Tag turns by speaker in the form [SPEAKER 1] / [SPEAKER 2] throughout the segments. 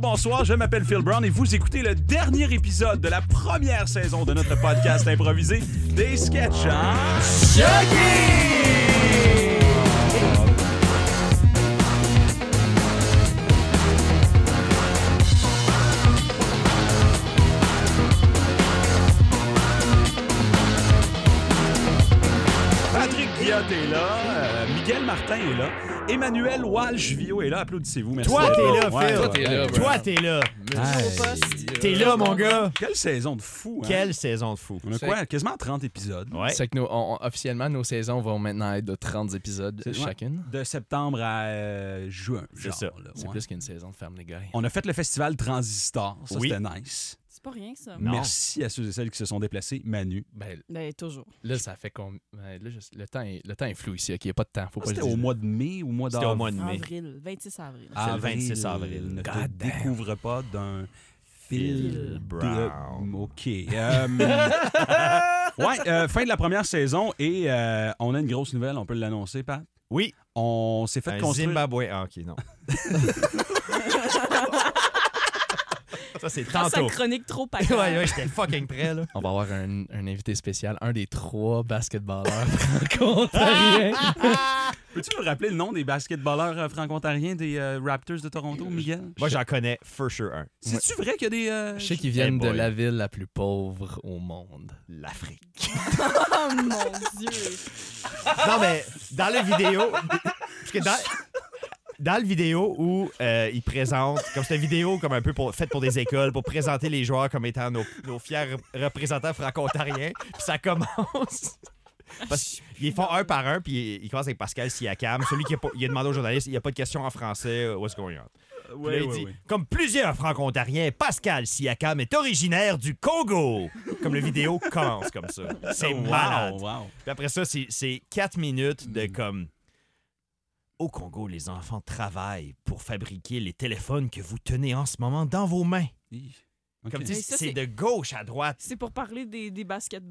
[SPEAKER 1] bonsoir, je m'appelle Phil Brown et vous écoutez le dernier épisode de la première saison de notre podcast improvisé des sketchs. hein? en Jockey! Patrick Guillotte est là, euh, Miguel Martin est là, Emmanuel Walsh-Vio est là, applaudissez-vous, merci.
[SPEAKER 2] Toi, t'es là,
[SPEAKER 1] Ouais, ouais.
[SPEAKER 2] Phil.
[SPEAKER 3] Toi, t'es là, bro.
[SPEAKER 2] Toi, t'es là. T'es là, mon gars.
[SPEAKER 1] Quelle saison de fou, hein?
[SPEAKER 2] Quelle saison de fou.
[SPEAKER 1] On a quoi? Quasiment 30 épisodes.
[SPEAKER 2] Ouais.
[SPEAKER 3] C'est que nous, on- on- officiellement, nos saisons vont maintenant être de 30 épisodes
[SPEAKER 1] C'est- ouais.
[SPEAKER 3] chacune.
[SPEAKER 1] De septembre à euh, juin,
[SPEAKER 2] C'est
[SPEAKER 1] genre,
[SPEAKER 2] ça.
[SPEAKER 1] là,
[SPEAKER 3] C'est
[SPEAKER 1] ouais.
[SPEAKER 3] plus qu'une saison de Family Guy.
[SPEAKER 1] On a fait le festival Transistor, ça
[SPEAKER 2] Oui.
[SPEAKER 1] c'était nice.
[SPEAKER 4] C'est pas rien, ça.
[SPEAKER 2] Non.
[SPEAKER 1] Merci à ceux et celles qui se sont déplacés, Manu.
[SPEAKER 3] Ben,
[SPEAKER 4] Ben, toujours.
[SPEAKER 3] là, ça fait qu'on. ben, là, je- le, temps est, le temps est flou ici, OK? Il n'y a pas de temps. Faut pas
[SPEAKER 1] Ah, C'était
[SPEAKER 3] le dire.
[SPEAKER 1] au mois de mai ou au mois
[SPEAKER 2] C'était
[SPEAKER 1] d'avril?
[SPEAKER 2] au mois de mai.
[SPEAKER 4] Avril, 26 avril.
[SPEAKER 2] Ah. le 26 avril.
[SPEAKER 1] Ne te
[SPEAKER 3] God damn.
[SPEAKER 1] découvre pas d'un Phil
[SPEAKER 4] Phil
[SPEAKER 1] Brown. OK. Euh, ouais, euh, fin de la première saison et euh, on a une grosse nouvelle, on peut l'annoncer, Pat.
[SPEAKER 2] Oui.
[SPEAKER 1] On s'est fait
[SPEAKER 2] Un
[SPEAKER 1] construire...
[SPEAKER 2] Zimbabwe. Ah, OK, non. Ah, Ça, hein. c'est
[SPEAKER 4] Prends sa
[SPEAKER 2] tantôt.
[SPEAKER 4] chronique trop
[SPEAKER 2] ouais,
[SPEAKER 4] paquette.
[SPEAKER 2] ouais, j'étais fucking prêt, là.
[SPEAKER 3] On va avoir un, un invité spécial, un des trois basketballeurs franco-ontariens.
[SPEAKER 1] Peux-tu me rappeler le nom des basketballeurs euh, franco-ontariens des euh, Raptors de Toronto, Miguel?
[SPEAKER 2] Moi, j'en connais for sure un.
[SPEAKER 1] C'est-tu vrai qu'il y a des... euh,
[SPEAKER 3] Je sais qu'ils
[SPEAKER 2] Hey
[SPEAKER 3] viennent de
[SPEAKER 2] boy.
[SPEAKER 3] la ville la plus pauvre au monde.
[SPEAKER 2] L'Afrique.
[SPEAKER 4] Oh mon Dieu.
[SPEAKER 2] Non, mais dans la vidéo. Parce que dans. Dans le vidéo où euh, ils présentent, comme c'est une vidéo comme un peu pour, faite pour des écoles, pour présenter les joueurs comme étant nos, nos fiers rep- représentants franco-ontariens, puis ça commence. Parce qu'ils font un par un, puis ils, ils commencent avec Pascal Siakam, celui qui a, pas- il a demandé au journaliste, il n'y a pas de question en français, euh, what's going on?
[SPEAKER 1] Ouais,
[SPEAKER 2] Puis là, il
[SPEAKER 1] ouais,
[SPEAKER 2] dit,
[SPEAKER 1] ouais.
[SPEAKER 2] comme plusieurs franco-ontariens, Pascal Siakam est originaire du Congo. Comme la vidéo commence comme ça. C'est
[SPEAKER 1] Oh, wow,
[SPEAKER 2] malade.
[SPEAKER 1] wow.
[SPEAKER 2] Puis après ça, c'est- c'est quatre minutes
[SPEAKER 3] Mm.
[SPEAKER 2] de comme. Au Congo, les enfants travaillent pour fabriquer les téléphones que vous tenez en ce moment dans vos mains.
[SPEAKER 1] Hi. OK.
[SPEAKER 2] Comme tu
[SPEAKER 4] Mais
[SPEAKER 2] sais,
[SPEAKER 4] ça,
[SPEAKER 2] c'est
[SPEAKER 4] c'est-
[SPEAKER 2] de gauche à droite.
[SPEAKER 4] C'est pour parler des, des, basket,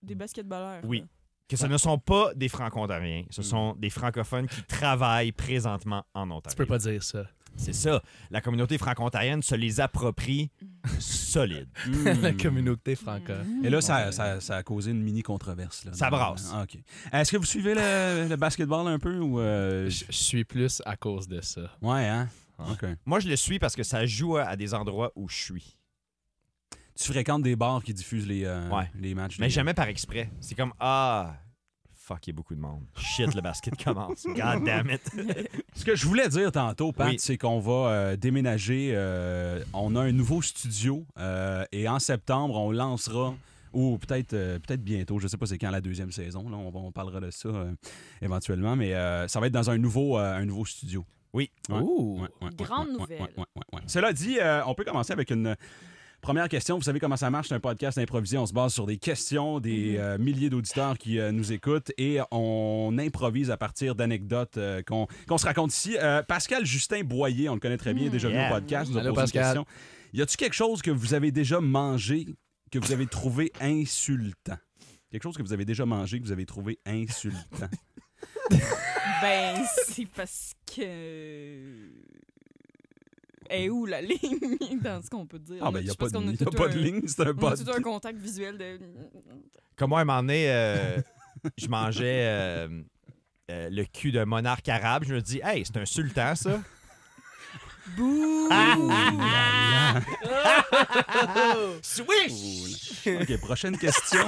[SPEAKER 4] des basketballeurs.
[SPEAKER 2] Oui.
[SPEAKER 4] là.
[SPEAKER 2] Que ce ne sont pas des franco-ontariens,
[SPEAKER 3] Mm.
[SPEAKER 2] ce sont des francophones qui travaillent présentement en
[SPEAKER 3] Tu
[SPEAKER 2] Ontario.
[SPEAKER 3] peux pas dire ça.
[SPEAKER 2] C'est ça. La communauté franco-ontarienne se les approprie solide.
[SPEAKER 3] la
[SPEAKER 1] Hmm.
[SPEAKER 3] communauté franco.
[SPEAKER 4] Hmm. Mhm.
[SPEAKER 1] Et là, ça, ça- ça a causé une mini controverse. là.
[SPEAKER 2] Ça brasse.
[SPEAKER 1] Ah, OK. Est-ce que vous suivez le, le basketball un peu ou. euh,
[SPEAKER 3] Je je suis plus à cause de ça.
[SPEAKER 1] Ouais, hein?
[SPEAKER 3] Ouais.
[SPEAKER 1] OK.
[SPEAKER 2] Moi, je le suis parce que ça joue à à des endroits où je suis.
[SPEAKER 1] Tu fréquentes des bars qui diffusent les, euh,
[SPEAKER 2] Ouais.
[SPEAKER 1] les matchs.
[SPEAKER 2] Mais
[SPEAKER 1] des-
[SPEAKER 3] euh,
[SPEAKER 2] jamais par exprès. C'est comme Ah, fuck, il y a beaucoup de monde. Shit, le basket commence. God damn it.
[SPEAKER 1] Ce que je voulais dire tantôt, Pat,
[SPEAKER 2] Oui.
[SPEAKER 1] c'est qu'on va euh, déménager. euh, on a un nouveau studio euh, et en septembre, on lancera. Ou peut-être euh, peut-être bientôt, je sais pas c'est quand la deuxième saison, là, on, va- on parlera de ça euh, éventuellement, mais euh, ça va être dans un nouveau, euh, un nouveau studio.
[SPEAKER 2] Oui.
[SPEAKER 1] Ouais.
[SPEAKER 3] Ouh.
[SPEAKER 1] Ouais, ouais, ouais,
[SPEAKER 4] Grande
[SPEAKER 1] ouais, ouais,
[SPEAKER 4] nouvelle.
[SPEAKER 1] ouais, ouais, ouais, ouais. Cela dit, euh, on peut commencer avec une première question. Vous savez comment ça marche, c'est un podcast improvisé. On se base sur des questions
[SPEAKER 4] Mhm.
[SPEAKER 1] des euh, milliers d'auditeurs qui euh, nous écoutent et on improvise à partir d'anecdotes euh, qu'on qu'on se raconte ici. Euh, Pascal Justin Boyer, on le connaît très bien,
[SPEAKER 4] Mhm.
[SPEAKER 1] déjà
[SPEAKER 2] Yeah.
[SPEAKER 1] venu au podcast, nous a
[SPEAKER 3] Allô,
[SPEAKER 1] posé une
[SPEAKER 3] Pascal.
[SPEAKER 1] question. Y a-tu quelque chose que vous avez déjà mangé que vous avez trouvé insultant? Quelque chose que vous avez déjà mangé que vous avez trouvé insultant.
[SPEAKER 4] Ben, c'est parce que. Et où la ligne dans ce qu'on peut dire?
[SPEAKER 1] Ah, ben,
[SPEAKER 4] là?
[SPEAKER 1] il n'y
[SPEAKER 4] Je
[SPEAKER 1] a,
[SPEAKER 4] pense
[SPEAKER 1] pas de-
[SPEAKER 4] qu'on
[SPEAKER 1] y a
[SPEAKER 4] tout
[SPEAKER 1] pas
[SPEAKER 4] un-
[SPEAKER 1] de ligne, Ah! c'est un
[SPEAKER 4] On a tout
[SPEAKER 1] podcast.
[SPEAKER 4] un contact visuel de.
[SPEAKER 2] Comme moi, à un moment donné, euh, je mangeais euh, euh, le cul d'un monarque arabe. Je me dis, hey, c'est un sultan, ça.
[SPEAKER 4] Bouh!
[SPEAKER 2] Swish!
[SPEAKER 1] OK, prochaine question.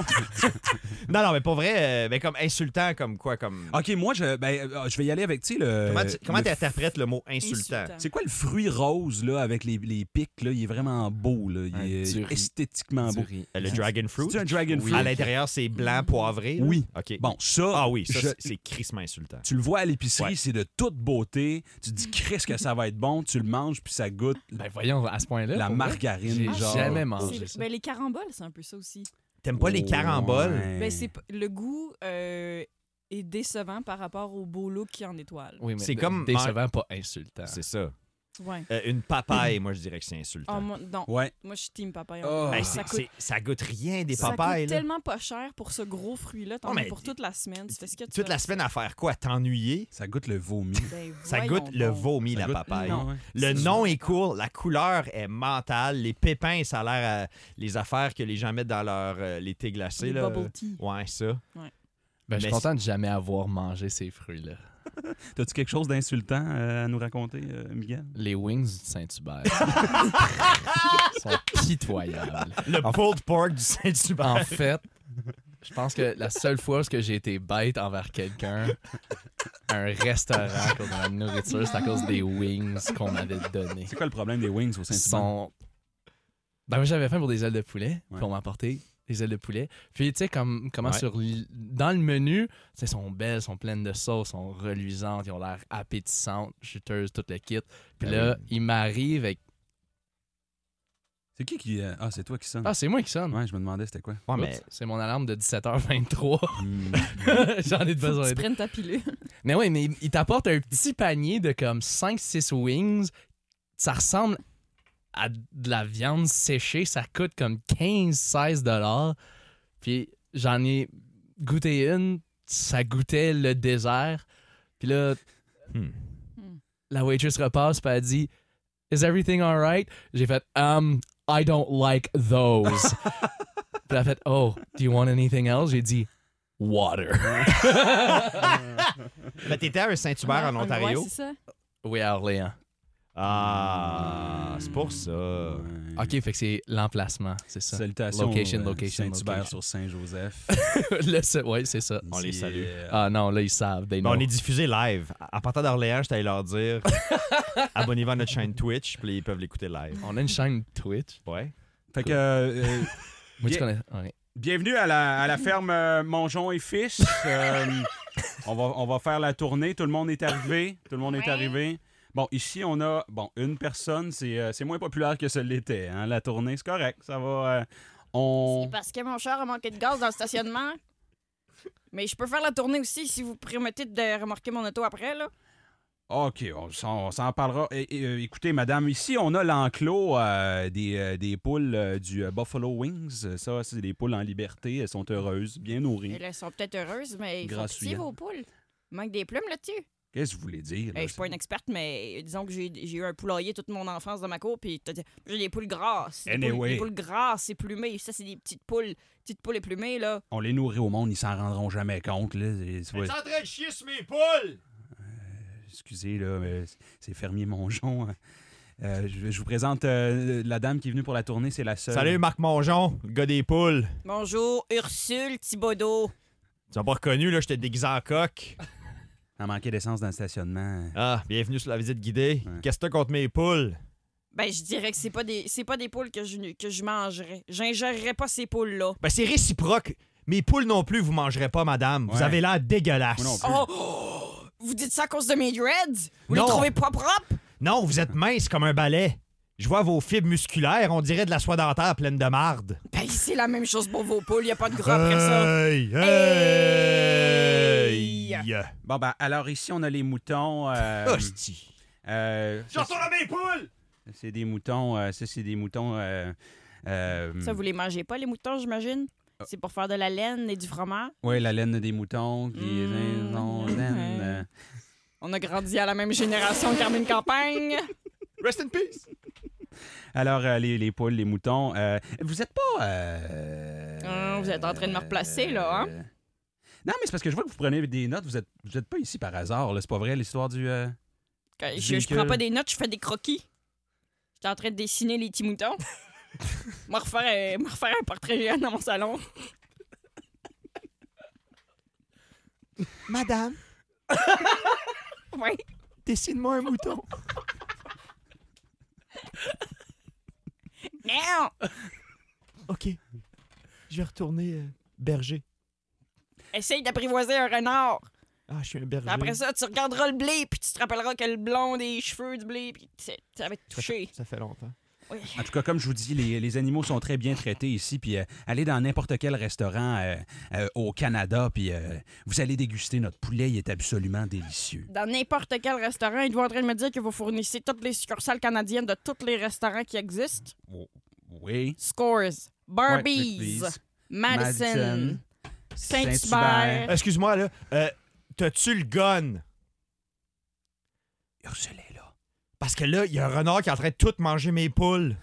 [SPEAKER 2] Non, non, mais pour vrai, euh, mais comme insultant, comme quoi, comme.
[SPEAKER 1] OK, moi, je, ben, euh, je vais y aller avec, tu sais, le...
[SPEAKER 2] Comment tu comment
[SPEAKER 1] le-
[SPEAKER 2] t'interprètes le mot insultant?
[SPEAKER 4] Insultant.
[SPEAKER 1] C'est quoi le fruit rose, là, avec les, les pics, là? Il est vraiment beau, là. Il
[SPEAKER 3] Un
[SPEAKER 1] est
[SPEAKER 3] du riz.
[SPEAKER 1] esthétiquement
[SPEAKER 3] Du
[SPEAKER 1] beau.
[SPEAKER 3] riz.
[SPEAKER 2] Euh, Le dragon fruit.
[SPEAKER 1] C'est un dragon
[SPEAKER 3] Oui.
[SPEAKER 1] fruit.
[SPEAKER 2] À l'intérieur, c'est blanc poivré. là?
[SPEAKER 1] Oui.
[SPEAKER 2] OK.
[SPEAKER 1] Bon, ça...
[SPEAKER 2] Ah oui, ça,
[SPEAKER 1] je-
[SPEAKER 2] c'est- c'est crissement insultant.
[SPEAKER 1] Tu le vois à l'épicerie,
[SPEAKER 2] Ouais.
[SPEAKER 1] c'est de toute beauté. Tu te dis, Chris, que ça va être bon. Tu le manges, puis ça goûte
[SPEAKER 3] Ben voyons, à ce point-là.
[SPEAKER 1] la
[SPEAKER 3] pour vrai,
[SPEAKER 1] margarine,
[SPEAKER 3] J'ai
[SPEAKER 1] genre.
[SPEAKER 3] jamais mangé
[SPEAKER 4] Ah, C'est-
[SPEAKER 3] ça.
[SPEAKER 4] Ben, les caramboles, c'est un peu ça aussi.
[SPEAKER 2] T'aimes pas les caramboles?
[SPEAKER 1] Oh, Ouais.
[SPEAKER 4] Ben, c'est p- le goût euh, est décevant par rapport au beau look qui est en étoile.
[SPEAKER 3] Oui, mais
[SPEAKER 2] C'est
[SPEAKER 3] dé-
[SPEAKER 2] comme-
[SPEAKER 3] décevant, pas insultant.
[SPEAKER 2] C'est ça.
[SPEAKER 4] Ouais.
[SPEAKER 2] Euh, une papaye, moi, je dirais que c'est insultant.
[SPEAKER 4] Ah, moi, non.
[SPEAKER 1] Ouais.
[SPEAKER 4] Moi, je suis team papaye.
[SPEAKER 1] Oh.
[SPEAKER 2] Ben, c'est-
[SPEAKER 4] ça coûte,
[SPEAKER 2] c'est- ça goûte rien des
[SPEAKER 4] ça coûte
[SPEAKER 2] papayes. là.
[SPEAKER 4] tellement pas cher pour ce gros fruit-là. T'en
[SPEAKER 2] Non,
[SPEAKER 4] as
[SPEAKER 2] mais-
[SPEAKER 4] pour toute la semaine. Tu fais ce que tu
[SPEAKER 2] Toute
[SPEAKER 4] veux.
[SPEAKER 2] la semaine à faire quoi? T'ennuyer?
[SPEAKER 1] Ça goûte le vomi.
[SPEAKER 4] Ben,
[SPEAKER 2] Ça
[SPEAKER 4] voyons
[SPEAKER 2] goûte le
[SPEAKER 4] donc.
[SPEAKER 2] vomi,
[SPEAKER 1] Ça
[SPEAKER 2] la
[SPEAKER 1] goûte-
[SPEAKER 2] papaye.
[SPEAKER 1] Non, ouais.
[SPEAKER 2] Le nom est court, la couleur est mentale, les pépins, ça a l'air euh, les affaires que les gens mettent dans leur euh, les thés glacés.
[SPEAKER 4] Les
[SPEAKER 2] là. euh,
[SPEAKER 4] bubble tea.
[SPEAKER 2] Ouais, ça.
[SPEAKER 3] Ben, je
[SPEAKER 2] Mais
[SPEAKER 3] suis content de jamais avoir mangé ces fruits-là.
[SPEAKER 1] T'as-tu quelque chose d'insultant euh, à nous raconter, euh, Miguel?
[SPEAKER 3] Les wings du Saint-Hubert sont pitoyables.
[SPEAKER 2] Le pulled pork du Saint-Hubert.
[SPEAKER 3] En fait, je pense que la seule fois où est-ce que j'ai été bête envers quelqu'un, un restaurant contre la nourriture, c'est à cause des wings qu'on m'avait donnés.
[SPEAKER 1] C'est quoi le problème des wings au
[SPEAKER 3] Ils
[SPEAKER 1] Saint-Hubert?
[SPEAKER 3] sont. Ben, moi, j'avais faim pour des ailes de poulet,
[SPEAKER 1] Ouais.
[SPEAKER 3] puis on m'a apporté des ailes de poulet. Puis, tu sais, comme, comment
[SPEAKER 2] Ouais.
[SPEAKER 3] sur l- dans le menu, tu sais, sont belles, sont pleines de sauce, sont reluisantes, ils ont l'air appétissantes, juteuses, tout le kit.
[SPEAKER 2] Ben
[SPEAKER 3] Puis là, il m'arrive avec.
[SPEAKER 1] C'est qui qui. euh, Ah, c'est toi qui sonne.
[SPEAKER 3] Ah, c'est moi qui sonne.
[SPEAKER 1] Ouais, je me demandais c'était quoi.
[SPEAKER 2] Ouais,
[SPEAKER 3] Oups,
[SPEAKER 2] mais
[SPEAKER 3] C'est mon alarme de 17h23.
[SPEAKER 1] Hmm.
[SPEAKER 3] J'en ai
[SPEAKER 4] Faut que
[SPEAKER 3] besoin.
[SPEAKER 4] tu prennes ta pilule.
[SPEAKER 3] Mais ouais, mais il- il t'apporte un petit panier de comme 5-6 wings. Ça ressemble à de la viande séchée. Ça coûte comme 15-16 dollars. Puis j'en ai goûté une. Ça goûtait le désert. Puis là,
[SPEAKER 2] Hmm.
[SPEAKER 3] la waitress repasse puis elle dit « Is everything alright? » J'ai fait « Um, I don't like those. » Puis elle a fait « Oh, do you want anything else? » J'ai dit « Water. »
[SPEAKER 2] Mais t'étais à un Saint-Hubert en
[SPEAKER 4] Ouais,
[SPEAKER 2] Ontario.
[SPEAKER 4] Ouais, c'est ça.
[SPEAKER 3] Oui, à Orléans.
[SPEAKER 2] Ah, c'est pour ça. Mm-hmm.
[SPEAKER 1] Ouais.
[SPEAKER 3] OK, fait que c'est l'emplacement, c'est ça.
[SPEAKER 1] Salutations.
[SPEAKER 3] Location,
[SPEAKER 1] euh,
[SPEAKER 3] location,
[SPEAKER 1] Saint-Hubert
[SPEAKER 3] location.
[SPEAKER 1] sur Saint-Joseph. euh,
[SPEAKER 3] Le se- ouais, c'est ça.
[SPEAKER 2] On les salue.
[SPEAKER 1] Yeah.
[SPEAKER 3] Ah non, là, ils savent. They
[SPEAKER 2] Ben, on
[SPEAKER 3] know.
[SPEAKER 2] est diffusé live. En partant d'Orléans, j'étais allé leur dire abonnez-vous à notre chaîne Twitch, puis ils peuvent l'écouter live.
[SPEAKER 3] On a une chaîne Twitch.
[SPEAKER 2] Ouais.
[SPEAKER 1] Fait que. euh, euh,
[SPEAKER 3] Moi, tu
[SPEAKER 1] Bien.
[SPEAKER 3] connais. ouais.
[SPEAKER 1] Bienvenue à la, à la ferme euh, Mongeon et Fiche. Euh, on, va, on va faire la tournée. Tout le monde est arrivé. Tout le monde est
[SPEAKER 4] Ouais.
[SPEAKER 1] arrivé. Bon, ici, on a bon, une personne. C'est euh, c'est moins populaire que ce l'était. hein. La tournée, c'est correct. Ça va. euh, on...
[SPEAKER 4] C'est parce que mon char a manqué de gaz dans le stationnement. Mais je peux faire la tournée aussi si vous permettez de remorquer mon auto après, là.
[SPEAKER 1] OK, on, s'en- on s'en parlera. Et- et, euh, écoutez, madame, ici, on a l'enclos euh, des, euh, des poules euh, du euh, Buffalo Wings. Ça, c'est des poules en liberté. Elles sont heureuses, bien nourries.
[SPEAKER 4] Et là, elles sont peut-être heureuses, mais ils font
[SPEAKER 1] Grâce
[SPEAKER 4] pitié,
[SPEAKER 1] à-
[SPEAKER 4] vos poules. Il manque des plumes là-dessus.
[SPEAKER 1] Qu'est-ce que vous voulez dire? là?
[SPEAKER 4] Hey, je suis pas une experte, mais disons que j'ai j'ai eu un poulailler toute mon enfance dans ma cour, puis t'as dit, j'ai des poules grasses. Des, poules,
[SPEAKER 1] Anyway.
[SPEAKER 4] des poules grasses et plumées. Ça, c'est des petites poules. Petites poules éplumées, là.
[SPEAKER 1] On les nourrit au monde, ils s'en rendront jamais compte. Là. C'est- c'est-
[SPEAKER 2] en train de chier sur mes poules
[SPEAKER 1] Excusez, là, mais c- c'est Fermier Mongeon. hein. Euh, je, je vous présente euh, la dame qui est venue pour la tournée, c'est la seule.
[SPEAKER 2] Salut Marc Mongeon, le gars des poules.
[SPEAKER 4] Bonjour, Ursule Thibodeau.
[SPEAKER 2] Tu m'as pas reconnu, là, j'étais déguisé en coq.
[SPEAKER 1] Elle manquait d'essence dans le stationnement.
[SPEAKER 2] Ah, bienvenue sur la visite guidée.
[SPEAKER 1] Ouais.
[SPEAKER 2] Qu'est-ce que t'as contre mes poules
[SPEAKER 4] Ben, je dirais que c'est pas des c'est pas des poules que je que je mangerais. J'ingérerais pas ces poules-là.
[SPEAKER 2] Ben, c'est réciproque. Mes poules non plus, vous mangerez pas, madame. Vous
[SPEAKER 1] Ouais.
[SPEAKER 2] avez l'air
[SPEAKER 1] Moi non
[SPEAKER 2] dégueulasse.
[SPEAKER 1] plus.
[SPEAKER 4] Oh! Vous dites ça à cause de mes dreads? Vous
[SPEAKER 2] Non.
[SPEAKER 4] les trouvez pas propres?
[SPEAKER 2] Non, vous êtes mince comme un balai. Je vois vos fibres musculaires, on dirait de la soie dentaire pleine de marde.
[SPEAKER 4] Ben, c'est la même chose pour vos poules, y a pas de gras après ça.
[SPEAKER 2] Hey,
[SPEAKER 4] Hey!
[SPEAKER 1] Bon, ben, alors ici, on a les moutons. euh,
[SPEAKER 2] Ah, Hostie.
[SPEAKER 1] euh, ça,
[SPEAKER 2] à mes poules!
[SPEAKER 1] c'est des moutons. euh, ça, c'est des moutons. euh, euh,
[SPEAKER 4] Ça, vous les mangez pas, les moutons, j'imagine? C'est pour faire de la laine et du fromage.
[SPEAKER 1] ouais, la laine des moutons. puis les
[SPEAKER 4] Mm.
[SPEAKER 1] non, laine, euh.
[SPEAKER 4] On a grandi à la même génération que Carmine Campagne.
[SPEAKER 2] Rest in peace!
[SPEAKER 1] Alors, euh, les, les poules, les moutons. euh, vous êtes pas. euh,
[SPEAKER 4] Hum, vous êtes en train de me replacer, là, hein?
[SPEAKER 1] euh, Non, mais c'est parce que je vois que vous prenez des notes. Vous êtes, vous êtes pas ici par hasard, là. C'est pas vrai, l'histoire du. euh,
[SPEAKER 4] Quand Je, je
[SPEAKER 1] Zinkel.
[SPEAKER 4] prends pas des notes, je fais des croquis. J'étais en train de dessiner les petits moutons. Moi, refaire, me refaire un portrait géant dans mon salon.
[SPEAKER 2] Madame,
[SPEAKER 4] Ouais.
[SPEAKER 2] dessine-moi un mouton.
[SPEAKER 4] Non!
[SPEAKER 2] OK. Je vais retourner euh, berger.
[SPEAKER 4] Essaye d'apprivoiser un renard.
[SPEAKER 2] Ah, je suis un berger.
[SPEAKER 4] Après ça, tu regarderas le blé, puis tu te rappelleras que le blond des cheveux du blé, puis ça ça va te toucher.
[SPEAKER 2] Ça fait longtemps.
[SPEAKER 4] Oui.
[SPEAKER 1] En tout cas, comme je vous dis, les, les animaux sont très bien traités ici. Puis euh, allez dans n'importe quel restaurant euh, euh, au Canada, puis euh, vous allez déguster notre poulet. Il est absolument délicieux.
[SPEAKER 4] Dans n'importe quel restaurant, il doit en train de me dire que vous fournissez toutes les succursales canadiennes de tous les restaurants qui existent.
[SPEAKER 1] Oui.
[SPEAKER 4] Scores, Barbies,
[SPEAKER 1] Ouais, please.
[SPEAKER 4] Madison,
[SPEAKER 1] Madison, Saint-Hubert.
[SPEAKER 4] Saint-Hubert.
[SPEAKER 2] Excuse-moi, là. euh, T'as-tu le gun?
[SPEAKER 1] Ursula est là.
[SPEAKER 2] Parce que là, il y a un renard qui est en train de tout manger mes poules.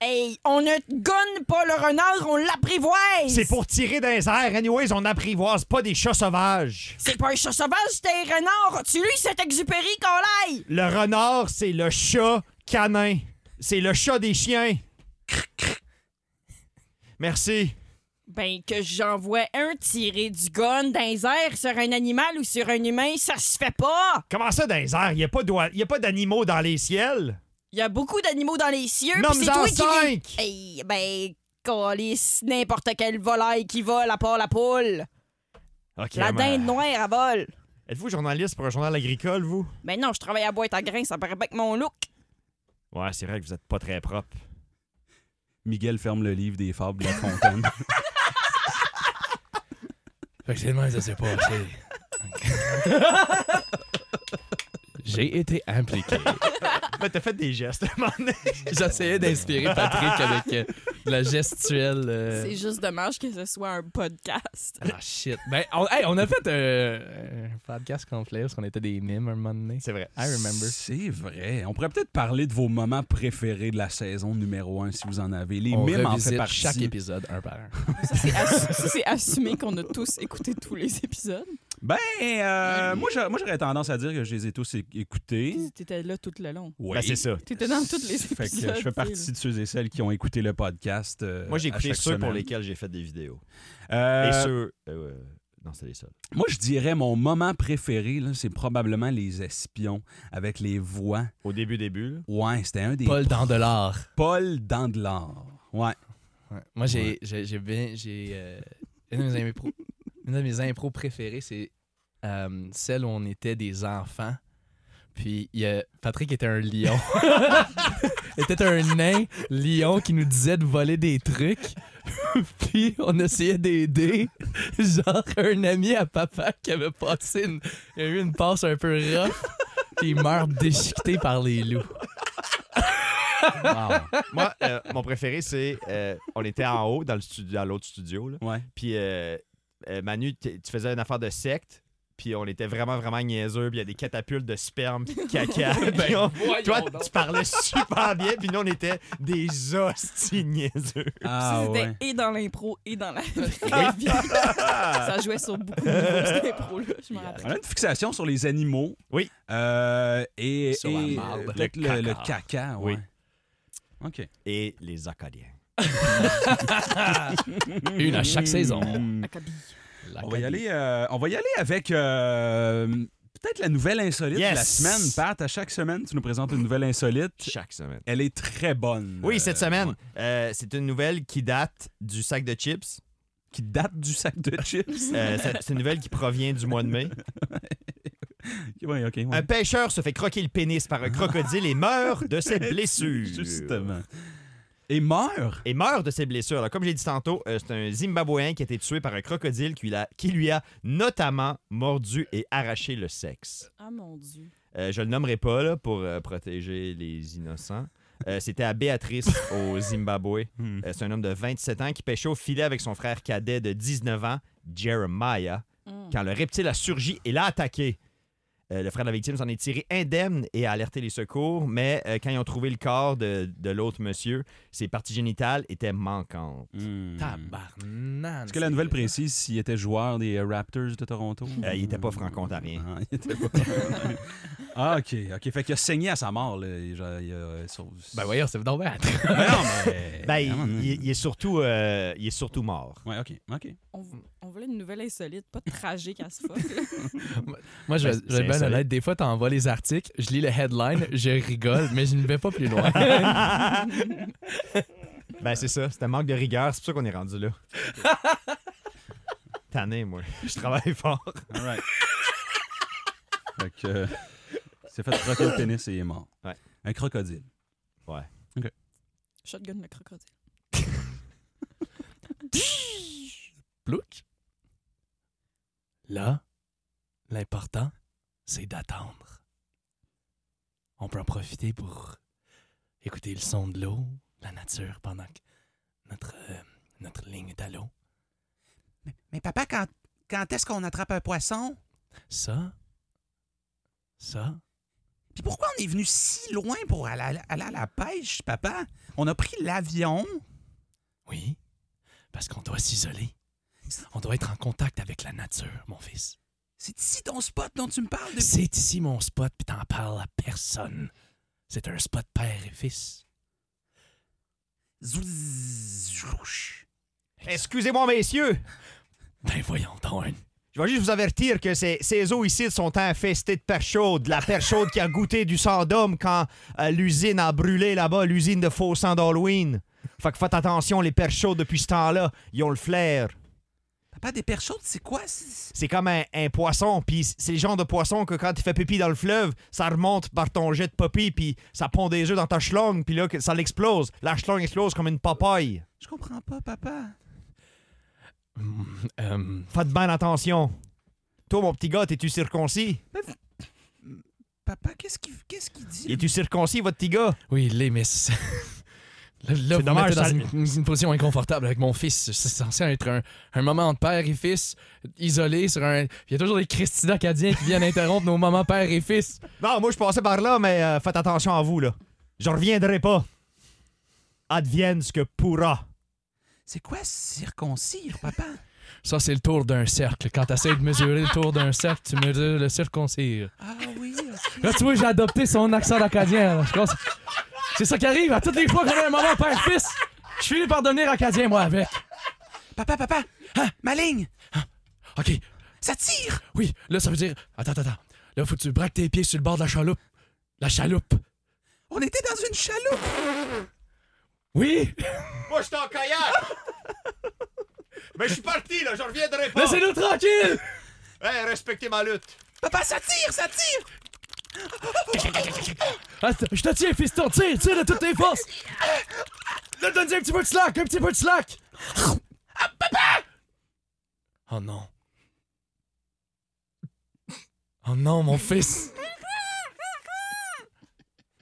[SPEAKER 4] Hey, on ne gonne pas le renard, on l'apprivoise!
[SPEAKER 2] C'est pour tirer dans les airs. Anyways, on apprivoise pas des chats sauvages.
[SPEAKER 4] C'est pas un chat sauvage, c'est un renard! Tu lui, cet exupéry qu'on l'aille!
[SPEAKER 2] Le renard, c'est le chat canin. C'est le chat des chiens. Merci.
[SPEAKER 4] Ben, que j'envoie un tirer du gun dans les airs sur un animal ou sur un humain, ça se fait pas!
[SPEAKER 2] Comment ça, dans les airs? Il n'y a pas d'oi- y a pas d'animaux dans les ciels?
[SPEAKER 4] Il y a beaucoup d'animaux dans les cieux,
[SPEAKER 2] Non,
[SPEAKER 4] pis c'est
[SPEAKER 2] mais en
[SPEAKER 4] toi qui... les-
[SPEAKER 2] cinq!
[SPEAKER 4] Hey, ben, calisse n'importe quelle volaille qui vole à part la poule.
[SPEAKER 2] Ok,
[SPEAKER 4] la
[SPEAKER 2] ben,
[SPEAKER 4] dinde noire, elle vole.
[SPEAKER 2] Êtes-vous journaliste pour un journal agricole, vous?
[SPEAKER 4] Ben non, je travaille à boîte à grains, ça paraît bien que mon look.
[SPEAKER 2] Ouais, c'est vrai que vous êtes pas très propre.
[SPEAKER 1] Miguel ferme le livre des fables de la fontaine.
[SPEAKER 3] Fait que c'est le même, ça s'est passé. J'ai été impliqué.
[SPEAKER 2] Mais Ben, t'as fait des gestes, à un moment donné.
[SPEAKER 3] J'essayais d'inspirer Patrick avec euh, de la gestuelle. euh,
[SPEAKER 4] C'est juste dommage que ce soit un podcast.
[SPEAKER 3] Ah shit. Ben, on, hey, on a fait euh, un podcast complet parce qu'on était des mimes un moment donné.
[SPEAKER 2] C'est vrai.
[SPEAKER 3] I remember.
[SPEAKER 1] C'est vrai. On pourrait peut-être parler de vos moments préférés de la saison numéro 1 si vous en avez. Les
[SPEAKER 3] on
[SPEAKER 1] mimes en fait
[SPEAKER 3] revisite
[SPEAKER 1] partie.
[SPEAKER 3] chaque épisode un par un.
[SPEAKER 4] Ça, c'est assu- ça, c'est assumé qu'on a tous écouté tous les épisodes.
[SPEAKER 1] Ben, euh, moi, j'a- moi, j'aurais tendance à dire que je les ai tous é- écoutés.
[SPEAKER 4] T'étais là tout le long.
[SPEAKER 1] Oui.
[SPEAKER 2] Ben, c'est ça.
[SPEAKER 4] T'étais dans tous les épisodes.
[SPEAKER 1] Fait que je fais partie de ceux et celles qui ont écouté le podcast. euh,
[SPEAKER 2] Moi, j'ai
[SPEAKER 1] à
[SPEAKER 2] écouté
[SPEAKER 1] chaque
[SPEAKER 2] ceux pour
[SPEAKER 1] semaine.
[SPEAKER 2] lesquels j'ai fait des vidéos.
[SPEAKER 1] Euh,
[SPEAKER 2] Et ceux. euh, euh, non, c'est les seuls.
[SPEAKER 1] Moi, je dirais mon moment préféré, là, c'est probablement les espions avec les voix.
[SPEAKER 2] Au début, début, là.
[SPEAKER 1] Ouais, c'était un des.
[SPEAKER 3] Paul Dandelard.
[SPEAKER 1] Paul Dandelard. Ouais.
[SPEAKER 3] Ouais. Moi, j'ai j'ai- j'ai bien. J'ai, euh, une, de mes impros, une de mes impros préférées, c'est euh, celle où on était des enfants. Puis il y a- Patrick était un lion. Il était un nain lion qui nous disait de voler des trucs. Puis on essayait d'aider. Genre un ami à papa qui avait passé une, il a eu une passe un peu rough. Puis il meurt déchiqueté par les loups.
[SPEAKER 1] Wow.
[SPEAKER 2] Moi, euh, mon préféré, c'est. euh, on était en haut dans, le studio, dans l'autre studio, là.
[SPEAKER 1] Ouais.
[SPEAKER 2] Puis, euh, euh, Manu, t- tu faisais une affaire de secte. Puis, on était vraiment, vraiment niaiseux. Puis, il y a des catapultes de sperme, puis de caca. Puis on- toi, tu parlais super bien. Puis, nous, on était des hosties niaiseux.
[SPEAKER 1] Ah, ouais.
[SPEAKER 4] et dans l'impro et dans la vraie vie. ça jouait sur beaucoup de niveaux, cette impro-là, je me rappelle.
[SPEAKER 1] On a une fixation sur les animaux.
[SPEAKER 2] Oui.
[SPEAKER 1] Euh, et
[SPEAKER 3] Sur la
[SPEAKER 1] et,
[SPEAKER 3] marde.
[SPEAKER 1] euh, peut-être le, le caca. ouais.
[SPEAKER 2] Oui.
[SPEAKER 1] OK.
[SPEAKER 2] Et les Acadiens.
[SPEAKER 3] Une à chaque saison.
[SPEAKER 1] Hmm.
[SPEAKER 4] Acabit.
[SPEAKER 1] On va y aller, euh, on va y aller avec euh, peut-être la nouvelle insolite
[SPEAKER 2] Yes.
[SPEAKER 1] de la semaine, Pat. À chaque semaine, tu nous présentes une nouvelle insolite.
[SPEAKER 2] Chaque semaine.
[SPEAKER 1] Elle est très bonne.
[SPEAKER 2] Oui,
[SPEAKER 1] Euh,
[SPEAKER 2] cette semaine.
[SPEAKER 1] ouais.
[SPEAKER 2] euh, c'est une nouvelle qui date du sac de chips.
[SPEAKER 1] Qui Euh, date du sac de chips.
[SPEAKER 2] Euh, c'est c'est une nouvelle qui provient du mois de mai.
[SPEAKER 1] Ouais, OK. ouais.
[SPEAKER 2] Un pêcheur se fait croquer le pénis par un crocodile et meurt de ses blessures.
[SPEAKER 1] Justement. Et meurt.
[SPEAKER 2] Et meurt de ses blessures. Alors, comme j'ai dit tantôt, euh, c'est un Zimbabwéen qui a été tué par un crocodile qui, l'a- qui lui a notamment mordu et arraché le sexe.
[SPEAKER 4] Ah mon Dieu.
[SPEAKER 2] Euh, je le nommerai pas là, pour euh, protéger les innocents. Euh, C'était à Béatrice au Zimbabwe.
[SPEAKER 1] Hmm.
[SPEAKER 2] Euh, C'est un homme de 27 ans qui pêchait au filet avec son frère cadet de 19 ans, Jeremiah,
[SPEAKER 4] Mm.
[SPEAKER 2] quand le reptile a surgi et l'a attaqué. Euh, le frère de la victime s'en est tiré indemne et a alerté les secours, mais euh, quand ils ont trouvé le corps de, de l'autre monsieur, ses parties génitales étaient manquantes.
[SPEAKER 1] Hmm.
[SPEAKER 3] Tabarnan.
[SPEAKER 1] Est-ce que la nouvelle précise s'il était joueur des euh, Raptors de Toronto?
[SPEAKER 2] Euh, il était pas franco-ontarien.
[SPEAKER 1] Ah, il était pas franco-ontarien. ah, OK. OK. Fait qu'il a saigné à sa mort. Là. Il, genre, il a- euh, sur-
[SPEAKER 3] Ben voyons, c'est donc bad.
[SPEAKER 1] Mais non, mais...
[SPEAKER 2] Ben,
[SPEAKER 1] Ah,
[SPEAKER 2] il,
[SPEAKER 1] man.
[SPEAKER 2] il- il est surtout, euh, il est surtout mort.
[SPEAKER 1] Ouais, OK. OK.
[SPEAKER 4] On, on voulait une nouvelle insolite, pas tragique à ce fuck. là.
[SPEAKER 3] Moi, je
[SPEAKER 2] Ben,
[SPEAKER 3] vais je vais
[SPEAKER 2] c'est
[SPEAKER 3] être bien
[SPEAKER 2] insolite.
[SPEAKER 3] honnête. Des fois, t'envoies les articles, je lis le headline, je rigole, mais je ne vais pas plus loin.
[SPEAKER 2] Ben, c'est ça, c'est un manque de rigueur, c'est pour ça qu'on est rendu là. Tanné, moi. Je travaille fort.
[SPEAKER 1] All right. fait que... euh, il s'est fait croquer le pénis et il est mort.
[SPEAKER 2] Ouais.
[SPEAKER 1] Un crocodile.
[SPEAKER 2] Ouais.
[SPEAKER 1] OK.
[SPEAKER 4] Shotgun le crocodile.
[SPEAKER 3] Plouc. Là, l'important, c'est d'attendre. On peut en profiter pour écouter le son de l'eau, la nature, pendant que notre, euh, notre ligne est à l'eau.
[SPEAKER 5] Mais, mais papa, quand, quand est-ce qu'on attrape un poisson?
[SPEAKER 3] Ça, ça,
[SPEAKER 5] Puis pourquoi on est venu si loin pour aller, à- aller à la pêche, papa? On a pris l'avion.
[SPEAKER 3] oui, parce qu'on doit s'isoler. On doit être en contact avec la nature, mon fils.
[SPEAKER 5] C'est ici ton spot dont tu me parles depuis.
[SPEAKER 3] C'est ici mon spot, puis t'en parles à personne. C'est un spot père et fils.
[SPEAKER 5] Zouzouche.
[SPEAKER 2] Excusez-moi, messieurs.
[SPEAKER 3] Ben voyons donc.
[SPEAKER 2] Je vais juste vous avertir que ces, ces eaux ici sont infestées de terre chaude. De La terre chaude qui a goûté du sang d'homme quand euh, l'usine a brûlé là-bas, l'usine de faux sang d'Halloween. Fait que faites attention, les perches chaudes depuis ce temps-là, ils ont le flair.
[SPEAKER 5] Papa, des perches chaudes, c'est quoi? C'est-
[SPEAKER 2] C'est comme un, un poisson, puis c'est le genre de poisson que quand tu fais pipi dans le fleuve, ça remonte par ton jet de pipi, puis ça pond des œufs dans ta schlong, puis là, que- ça l'explose. La schlong explose comme une papaye.
[SPEAKER 5] Je comprends pas, papa.
[SPEAKER 2] Mm,
[SPEAKER 3] Hum, hum,
[SPEAKER 2] Faites bien attention. Toi, mon petit gars, t'es-tu circoncis?
[SPEAKER 5] Papa, qu'est-ce qu'il qu'est-ce qu'il dit?
[SPEAKER 2] Es-tu circoncis, votre petit gars?
[SPEAKER 3] oui, les miss. Là, là,
[SPEAKER 2] C'est
[SPEAKER 3] vous
[SPEAKER 2] dommage,
[SPEAKER 3] mettez
[SPEAKER 2] ça-
[SPEAKER 3] dans une, une position inconfortable avec mon fils. C'est censé être un, un moment entre père et fils, isolé sur un... Il y a toujours des Christina acadiens qui viennent interrompre nos moments père et fils.
[SPEAKER 2] Non, moi, je passais par là, mais euh, faites attention à vous, là. Je reviendrai pas. Advienne ce que pourra.
[SPEAKER 5] C'est quoi circoncire, papa?
[SPEAKER 3] Ça, c'est le tour d'un cercle. Quand t'essayes de mesurer le tour d'un cercle, tu mesures le circoncire.
[SPEAKER 5] Ah oui, ok.
[SPEAKER 3] Là, tu vois, j'ai adopté son accent acadien. là. Je pense- C'est ça qui arrive à toutes les fois qu'on a un moment père-fils. Je finis par devenir acadien, moi, avec.
[SPEAKER 5] Papa, papa, ah, ma ligne,
[SPEAKER 3] OK,
[SPEAKER 5] ça tire!
[SPEAKER 3] oui, là, ça veut dire... Attends, attends, attends. Là, faut que tu braques tes pieds sur le bord de la chaloupe. La chaloupe.
[SPEAKER 5] On était dans une chaloupe!
[SPEAKER 3] Oui!
[SPEAKER 2] Moi, je suis en kayak! mais je suis parti, là, je reviendrai pas.
[SPEAKER 3] Laissez-nous tranquille!
[SPEAKER 2] respectez ma lutte.
[SPEAKER 5] Papa, ça tire, ça tire!
[SPEAKER 3] Attends, je te tiens, fiston. Tire, tire de toutes tes forces. Là, donne un petit peu de slack, un petit peu de slack. papa! Oh non. Oh non, mon fils.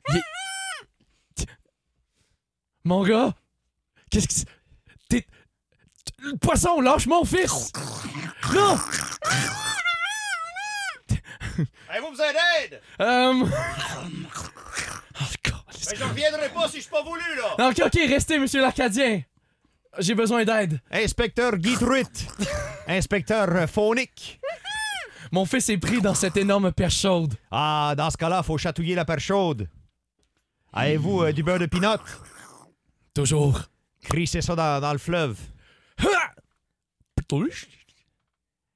[SPEAKER 3] Il est- Mon gars, qu'est-ce que c'est? T'es... Le poisson, lâche mon fils! Non!
[SPEAKER 2] Allez, vous me aidez!
[SPEAKER 3] Euh... Oh, God.
[SPEAKER 2] je Ben, reviendrai pas si je suis pas voulu, là.
[SPEAKER 3] Non, Ah, ok, ok, restez, monsieur l'Acadien. J'ai besoin d'aide.
[SPEAKER 2] Inspecteur Guy Truitt. Inspecteur euh, Phonique.
[SPEAKER 3] Mon fils est pris dans cette énorme perche chaude.
[SPEAKER 2] Ah, dans ce cas-là, faut chatouiller la perche chaude. Avez-vous euh, du beurre de pinot?
[SPEAKER 3] Toujours.
[SPEAKER 2] Crissez ça dans, dans le fleuve.
[SPEAKER 3] Puis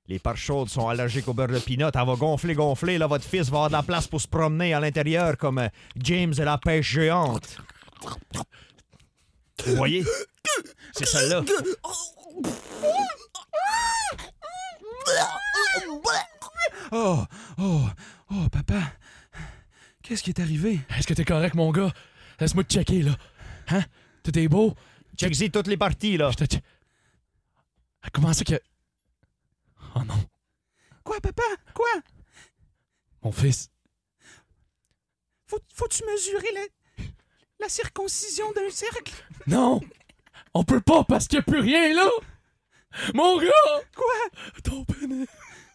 [SPEAKER 2] Les perches chaudes sont allergiques au beurre de pinot. Elle va gonfler, gonfler. Là, votre fils va avoir de la place pour se promener à l'intérieur comme euh, James et la pêche géante. Vous voyez? C'est celle-là.
[SPEAKER 5] Oh, oh, oh, papa, qu'est-ce qui est arrivé?
[SPEAKER 3] Est-ce que t'es correct, mon gars? Laisse-moi te checker, là. Hein? Tout est beau?
[SPEAKER 2] Check-y toutes les parties, là.
[SPEAKER 3] Je te... che- Ah, Comment ça que... Oh non,
[SPEAKER 5] Quoi, papa? Quoi?
[SPEAKER 3] mon fils.
[SPEAKER 5] Faut, faut-tu mesurer la, la circoncision d'un cercle?
[SPEAKER 3] Non! On peut pas parce qu'il y a plus rien, là! Mon gars!
[SPEAKER 5] Quoi?
[SPEAKER 3] Ton pénis!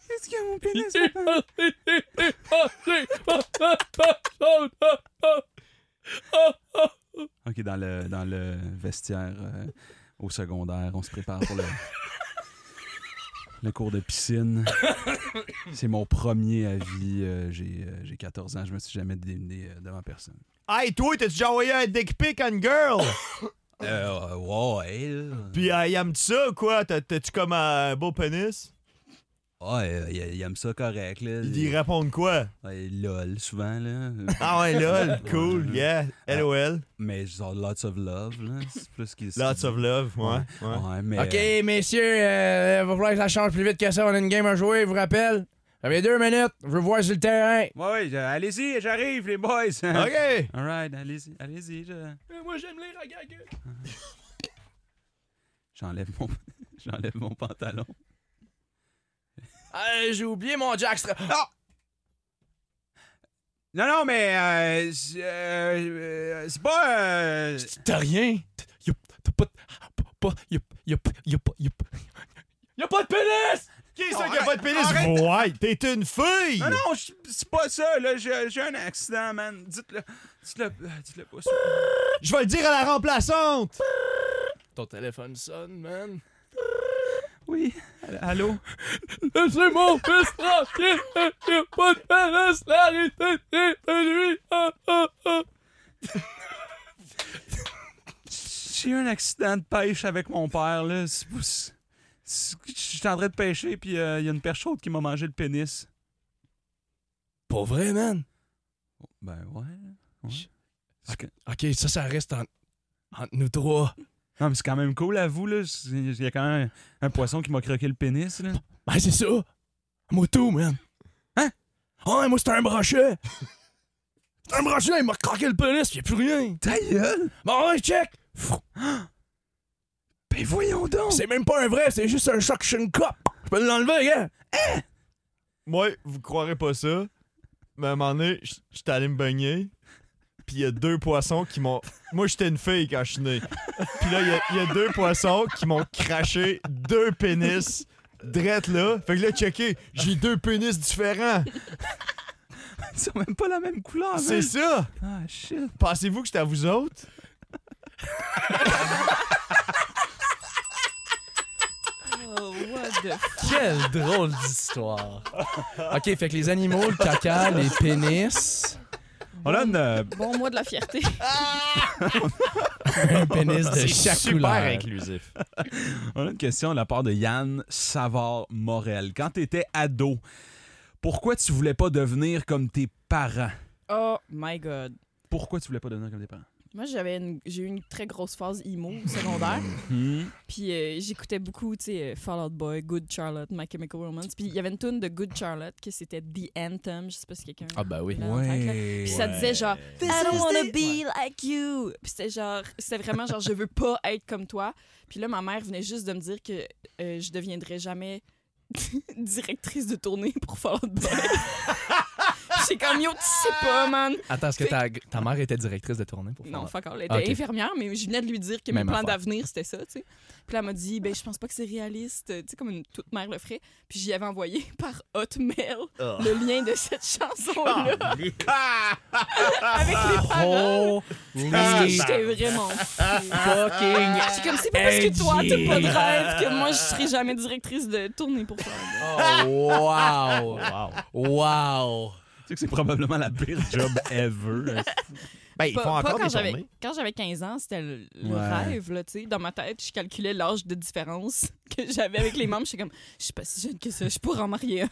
[SPEAKER 5] Qu'est-ce qu'il y a mon pénis,
[SPEAKER 3] Il est
[SPEAKER 5] papa?
[SPEAKER 3] passé, il est passé par la perche chaude. Ah, ah.
[SPEAKER 1] OK, dans le, dans le vestiaire euh, au secondaire, on se prépare pour le, le cours de piscine. C'est mon premier avis. euh, j'ai, euh, j'ai 14 ans. Je me suis jamais démené euh, devant personne.
[SPEAKER 2] Hey, toi, t'as-tu déjà envoyé un dick pic à une girl?
[SPEAKER 1] Euh, ouais. là.
[SPEAKER 2] Puis, euh, il aime ça ou quoi? T'as- T'as-tu comme un beau pénis?
[SPEAKER 1] Ouais, euh, il, il aime ça correct. Là.
[SPEAKER 2] Il dit répondre quoi?
[SPEAKER 1] Ouais, lol, souvent. Là.
[SPEAKER 2] Ah ouais, lol, cool, yeah, LOL,
[SPEAKER 1] Mais genre lots of love. Là. C'est plus qu'il
[SPEAKER 2] lots of love, ouais. ouais.
[SPEAKER 1] Ouais, mais, euh,
[SPEAKER 3] OK, messieurs, euh, va falloir que ça change plus vite que ça. On a une game à jouer, je vous rappelle. J'avais deux minutes, je veux voir sur le terrain.
[SPEAKER 1] Ouais, ouais, je- allez-y, j'arrive, les boys.
[SPEAKER 2] OK.
[SPEAKER 1] All right, allez-y, allez-y. je-
[SPEAKER 3] Moi, j'aime les ragagues.
[SPEAKER 1] J'enlève mon... J'enlève mon pantalon.
[SPEAKER 3] Ah, j'ai oublié mon jackstrap.
[SPEAKER 1] Non, non, mais euh, c'est euh, euh, c'est pas... euh,
[SPEAKER 3] T'as rien. T- Y'a t'as pas de. ah, Pas, y'a y'a y'a pas. Y'a y'a pas de pénis!
[SPEAKER 2] Qui
[SPEAKER 1] ça
[SPEAKER 2] ça
[SPEAKER 1] qui a pas
[SPEAKER 2] pas
[SPEAKER 1] de
[SPEAKER 2] de
[SPEAKER 1] pénis?
[SPEAKER 2] pénis? Ouais, t'es une fille!
[SPEAKER 1] Non, non, je- c'est pas ça, là. J'ai j'ai un accident, man. Dites-le. Dites-le dites pas ça.
[SPEAKER 2] Je vais le dire à la remplaçante!
[SPEAKER 3] Ton téléphone sonne, man.
[SPEAKER 1] Oui. Allô?
[SPEAKER 3] Laissez mon fils tranquille! Y'a pas de pénis! La réalité est de lui! Ah, ah, ah.
[SPEAKER 1] J'ai eu un accident de pêche avec mon père, là. C'est pour- c'est- c'est- J'étais en train de pêcher, puis euh, il y a une perche chaude qui m'a mangé le pénis.
[SPEAKER 3] Pas vrai, man.
[SPEAKER 1] Ben ouais. ouais.
[SPEAKER 3] Chut.
[SPEAKER 1] C'est que-
[SPEAKER 3] Ok, ça, ça reste en- entre nous trois.
[SPEAKER 1] Non, mais c'est quand même cool, à vous, là. C'est- Il y a quand même un, un poisson qui m'a croqué le pénis, là.
[SPEAKER 3] Ben, c'est ça. Moto, man. Hein? Ah, moi, c'était un brochet. C'était un brochet, il m'a croqué le pénis, pis y'a plus rien.
[SPEAKER 1] Ta gueule!
[SPEAKER 3] Bon, ouais, check. Pfff,
[SPEAKER 1] Ben voyons donc!
[SPEAKER 3] C'est même pas un vrai, c'est juste un suction cup. Je peux l'enlever, hein. gars.
[SPEAKER 2] Moi, vous croirez pas ça, mais à un moment donné, j- j'étais allé me baigner, puis il y a deux poissons qui m'ont... Moi, j'étais une fille quand je suis né. Puis là, il y a- il y, a deux poissons qui m'ont craché deux pénis drette là. Fait que là, checké, j'ai deux pénis différents.
[SPEAKER 1] Ils ont même pas la même couleur,
[SPEAKER 2] C'est
[SPEAKER 1] man.
[SPEAKER 2] ça!
[SPEAKER 1] Ah, shit.
[SPEAKER 2] Pensez-vous que c'était à vous autres?
[SPEAKER 4] Oh, what the fuck?
[SPEAKER 3] Quelle drôle d'histoire. ok, fait que les animaux, le caca, les pénis.
[SPEAKER 1] On a une, euh,
[SPEAKER 4] Bon mois de la fierté.
[SPEAKER 3] Un pénis de chaque couleur.
[SPEAKER 2] inclusif.
[SPEAKER 1] On a une question de la part de Yann Savard-Morel. Quand tu étais ado, pourquoi tu voulais pas devenir comme tes parents?
[SPEAKER 4] Oh my god.
[SPEAKER 1] Pourquoi tu voulais pas devenir comme tes parents?
[SPEAKER 4] Moi, j'avais une- j'ai eu une très grosse phase emo au secondaire.
[SPEAKER 1] Hmm?
[SPEAKER 4] Puis euh, j'écoutais beaucoup, tu sais, euh, Fall Out Boy, Good Charlotte, My Chemical Romance. Puis il y avait une tune de Good Charlotte que c'était The Anthem. Je sais pas si quelqu'un.
[SPEAKER 3] Ah, bah oui.
[SPEAKER 4] l'a en tête, là. Puis ça disait genre I don't wanna be like you. Puis c'était genre c'était vraiment genre je veux pas être comme toi. Puis là ma mère venait juste de me dire que euh, je deviendrais jamais directrice de tournée pour Fall Out Boy. J'ai comme yo tu sais pas man.
[SPEAKER 3] Attends, est-ce que ta, ta mère était directrice de tournée pour
[SPEAKER 4] Non,
[SPEAKER 3] faire
[SPEAKER 4] fuck all, elle était
[SPEAKER 3] Ah, Ok.
[SPEAKER 4] infirmière mais je venais de lui dire que
[SPEAKER 3] Même
[SPEAKER 4] mes plans
[SPEAKER 3] affaire.
[SPEAKER 4] d'avenir c'était ça, tu sais. Puis là, elle m'a dit ben je pense pas que c'est réaliste, tu sais comme une toute mère le ferait. Puis j'y avais envoyé par Hotmail
[SPEAKER 2] Ah.
[SPEAKER 4] le lien de cette chanson là avec
[SPEAKER 3] Oh,
[SPEAKER 4] les paroles. Parce que
[SPEAKER 3] Holy
[SPEAKER 4] j'étais vraiment fou.
[SPEAKER 3] fucking
[SPEAKER 4] C'est comme c'est pas parce que toi
[SPEAKER 3] Angie.
[SPEAKER 4] t'as pas de rêve que moi je serai jamais directrice de tournée pour toi.
[SPEAKER 3] Oh, wow! Wow!
[SPEAKER 1] Tu sais que c'est probablement la pire job ever.
[SPEAKER 2] Ben, ils font
[SPEAKER 4] Pas, pas
[SPEAKER 2] encore
[SPEAKER 4] quand
[SPEAKER 2] des
[SPEAKER 4] j'avais
[SPEAKER 2] tournées.
[SPEAKER 4] quand j'avais 15 ans, c'était le, le
[SPEAKER 1] Ouais.
[SPEAKER 4] rêve là, tu sais, dans ma tête, je calculais l'âge de différence que j'avais avec les membres, j'étais comme je suis pas si jeune que ça, je pourrais en marier un.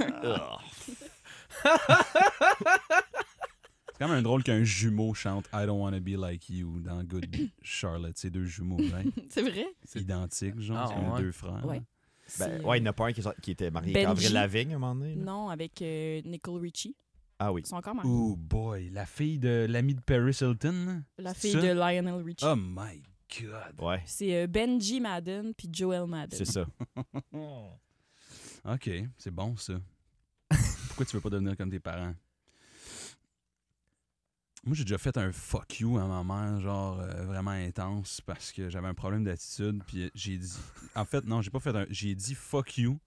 [SPEAKER 1] C'est quand même un drôle qu'un jumeau chante I don't wanna be like you dans Good Charlotte. C'est deux jumeaux, right?
[SPEAKER 4] C'est vrai
[SPEAKER 1] C'est identique, genre.
[SPEAKER 3] Ah,
[SPEAKER 1] c'est comme
[SPEAKER 3] ouais.
[SPEAKER 1] deux frères.
[SPEAKER 4] Ouais.
[SPEAKER 2] Ben,
[SPEAKER 4] C'est-
[SPEAKER 2] ouais, il y en a pas un qui, est- qui était marié
[SPEAKER 4] Benji.
[SPEAKER 2] avec Avril Lavigne à un moment donné. là.
[SPEAKER 4] Non, avec euh, Nicole Richie,
[SPEAKER 2] Ah oui.
[SPEAKER 4] ils sont encore mariés.
[SPEAKER 1] Oh boy, la fille de l'ami de Paris Hilton. là?
[SPEAKER 4] La
[SPEAKER 1] c'est
[SPEAKER 4] fille
[SPEAKER 1] ça?
[SPEAKER 4] de Lionel Richie.
[SPEAKER 2] Ah.
[SPEAKER 1] Oh my god.
[SPEAKER 2] Ouais,
[SPEAKER 4] C'est euh, Benji Madden puis Joel Madden.
[SPEAKER 2] c'est ça.
[SPEAKER 1] OK, c'est bon ça. Pourquoi tu veux pas devenir comme tes parents? Moi, j'ai déjà fait un fuck you à ma mère, genre euh, vraiment intense, parce que j'avais un problème d'attitude. Puis euh, j'ai dit. En fait, non, j'ai pas fait un. J'ai dit fuck you.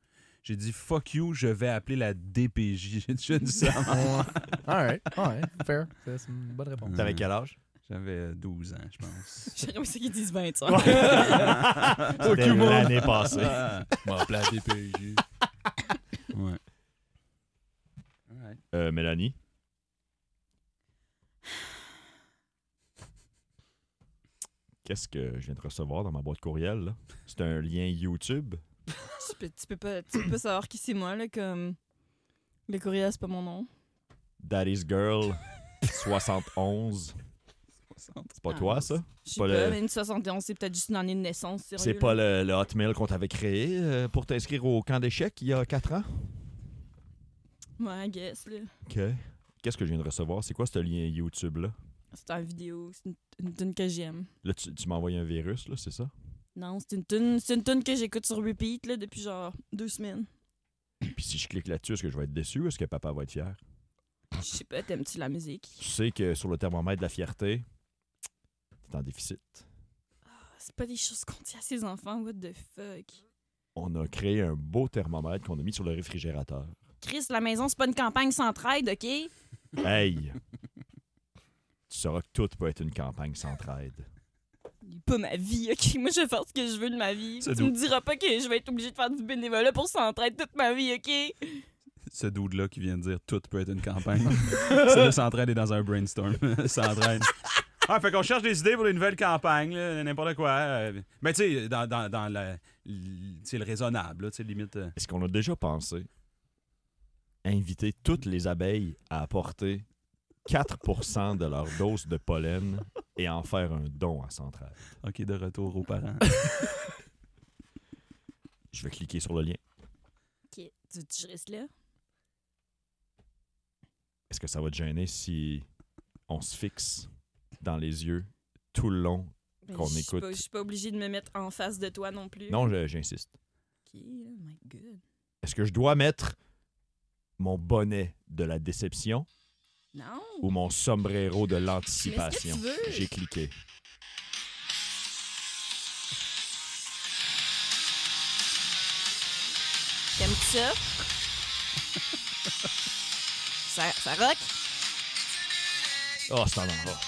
[SPEAKER 1] J'ai dit fuck you, je vais appeler la DPJ. J'ai déjà dit ça. à ma mère.
[SPEAKER 3] Alright, alright, fair. C'est c'est une bonne réponse.
[SPEAKER 2] T'avais quel âge?
[SPEAKER 1] J'avais 12 ans, je pense.
[SPEAKER 4] J'aimerais bien qu'ils disent 25.
[SPEAKER 2] C'était l'année passée.
[SPEAKER 1] Ah.
[SPEAKER 3] M'a plat DPJ.
[SPEAKER 1] Ouais. Alright.
[SPEAKER 2] Euh, Mélanie? Qu'est-ce que je viens de recevoir dans ma boîte courriel? là? C'est un lien YouTube.
[SPEAKER 4] tu, peux, tu peux pas, tu peux pas savoir qui c'est moi, là, comme. Le courriel, c'est pas mon nom.
[SPEAKER 2] Daddy's Girl 71. C'est pas toi, ça?
[SPEAKER 4] Je sais
[SPEAKER 2] Pas
[SPEAKER 4] pas,
[SPEAKER 2] le-
[SPEAKER 4] mais une 71, c'est peut-être juste une année de naissance. sérieux,
[SPEAKER 2] C'est
[SPEAKER 4] là.
[SPEAKER 2] pas le, le Hotmail qu'on t'avait créé euh, pour t'inscrire au camp d'échecs il y a 4 ans?
[SPEAKER 4] Ouais, I guess, là.
[SPEAKER 2] OK. Qu'est-ce que je viens de recevoir? C'est quoi ce lien YouTube-là?
[SPEAKER 4] C'est une vidéo, c'est une, une tune que j'aime.
[SPEAKER 2] Là, tu, tu m'as envoyé un virus, là, c'est ça?
[SPEAKER 4] Non, c'est une tune, c'est une tune que j'écoute sur repeat là, depuis genre deux semaines.
[SPEAKER 2] Puis si je clique là-dessus, est-ce que je vais être déçu ou est-ce que papa va être fier?
[SPEAKER 4] Je sais pas, t'aimes-tu la musique?
[SPEAKER 2] Tu sais que sur le thermomètre de la fierté, t'es en déficit.
[SPEAKER 4] Ah, C'est pas des choses qu'on dit à ses enfants, what the fuck.
[SPEAKER 2] On a créé un beau thermomètre qu'on a mis sur le réfrigérateur.
[SPEAKER 4] Chris, la maison, c'est pas une campagne centraide, OK?
[SPEAKER 2] Hey! tu sauras que tout peut être une campagne centraide.
[SPEAKER 4] Pas ma vie, OK? Moi, je vais faire ce que je veux de ma vie.
[SPEAKER 1] C'est
[SPEAKER 4] Tu
[SPEAKER 1] doux.
[SPEAKER 4] me diras pas que je vais être obligée de faire du bénévolat pour s'entraide toute ma vie, OK?
[SPEAKER 1] Ce dude-là qui vient de dire tout peut être une campagne. C'est de s'entraîner dans un brainstorm. s'entraîne. Ah, fait qu'on cherche des idées pour les nouvelles campagnes, là, n'importe quoi. euh, Mais tu sais, dans, dans, dans la- l- tu sais, le raisonnable, là, tu sais, limite. euh,
[SPEAKER 2] Est-ce qu'on a déjà pensé inviter toutes les abeilles à apporter 4 de leur dose de pollen et en faire un don à Centrale?
[SPEAKER 1] OK, de retour aux parents.
[SPEAKER 2] Je vais cliquer sur le lien.
[SPEAKER 4] OK, tu, tu restes là?
[SPEAKER 2] Est-ce que ça va te gêner si on se fixe dans les yeux tout le long?
[SPEAKER 4] Ben,
[SPEAKER 2] Qu'on
[SPEAKER 4] je suis
[SPEAKER 2] écoute.
[SPEAKER 4] pas- Je suis pas obligée de me mettre en face de toi non plus.
[SPEAKER 2] Non, je- j'insiste.
[SPEAKER 4] OK, oh my God.
[SPEAKER 2] Est-ce que je dois mettre mon bonnet de la déception
[SPEAKER 4] Non!
[SPEAKER 2] ou mon sombrero de
[SPEAKER 4] Mais est-ce que
[SPEAKER 2] l'anticipation?
[SPEAKER 4] tu veux?
[SPEAKER 2] J'ai cliqué.
[SPEAKER 4] T'aimes-tu ça? ça? Ça rock?
[SPEAKER 2] Oh, c'est en enfer.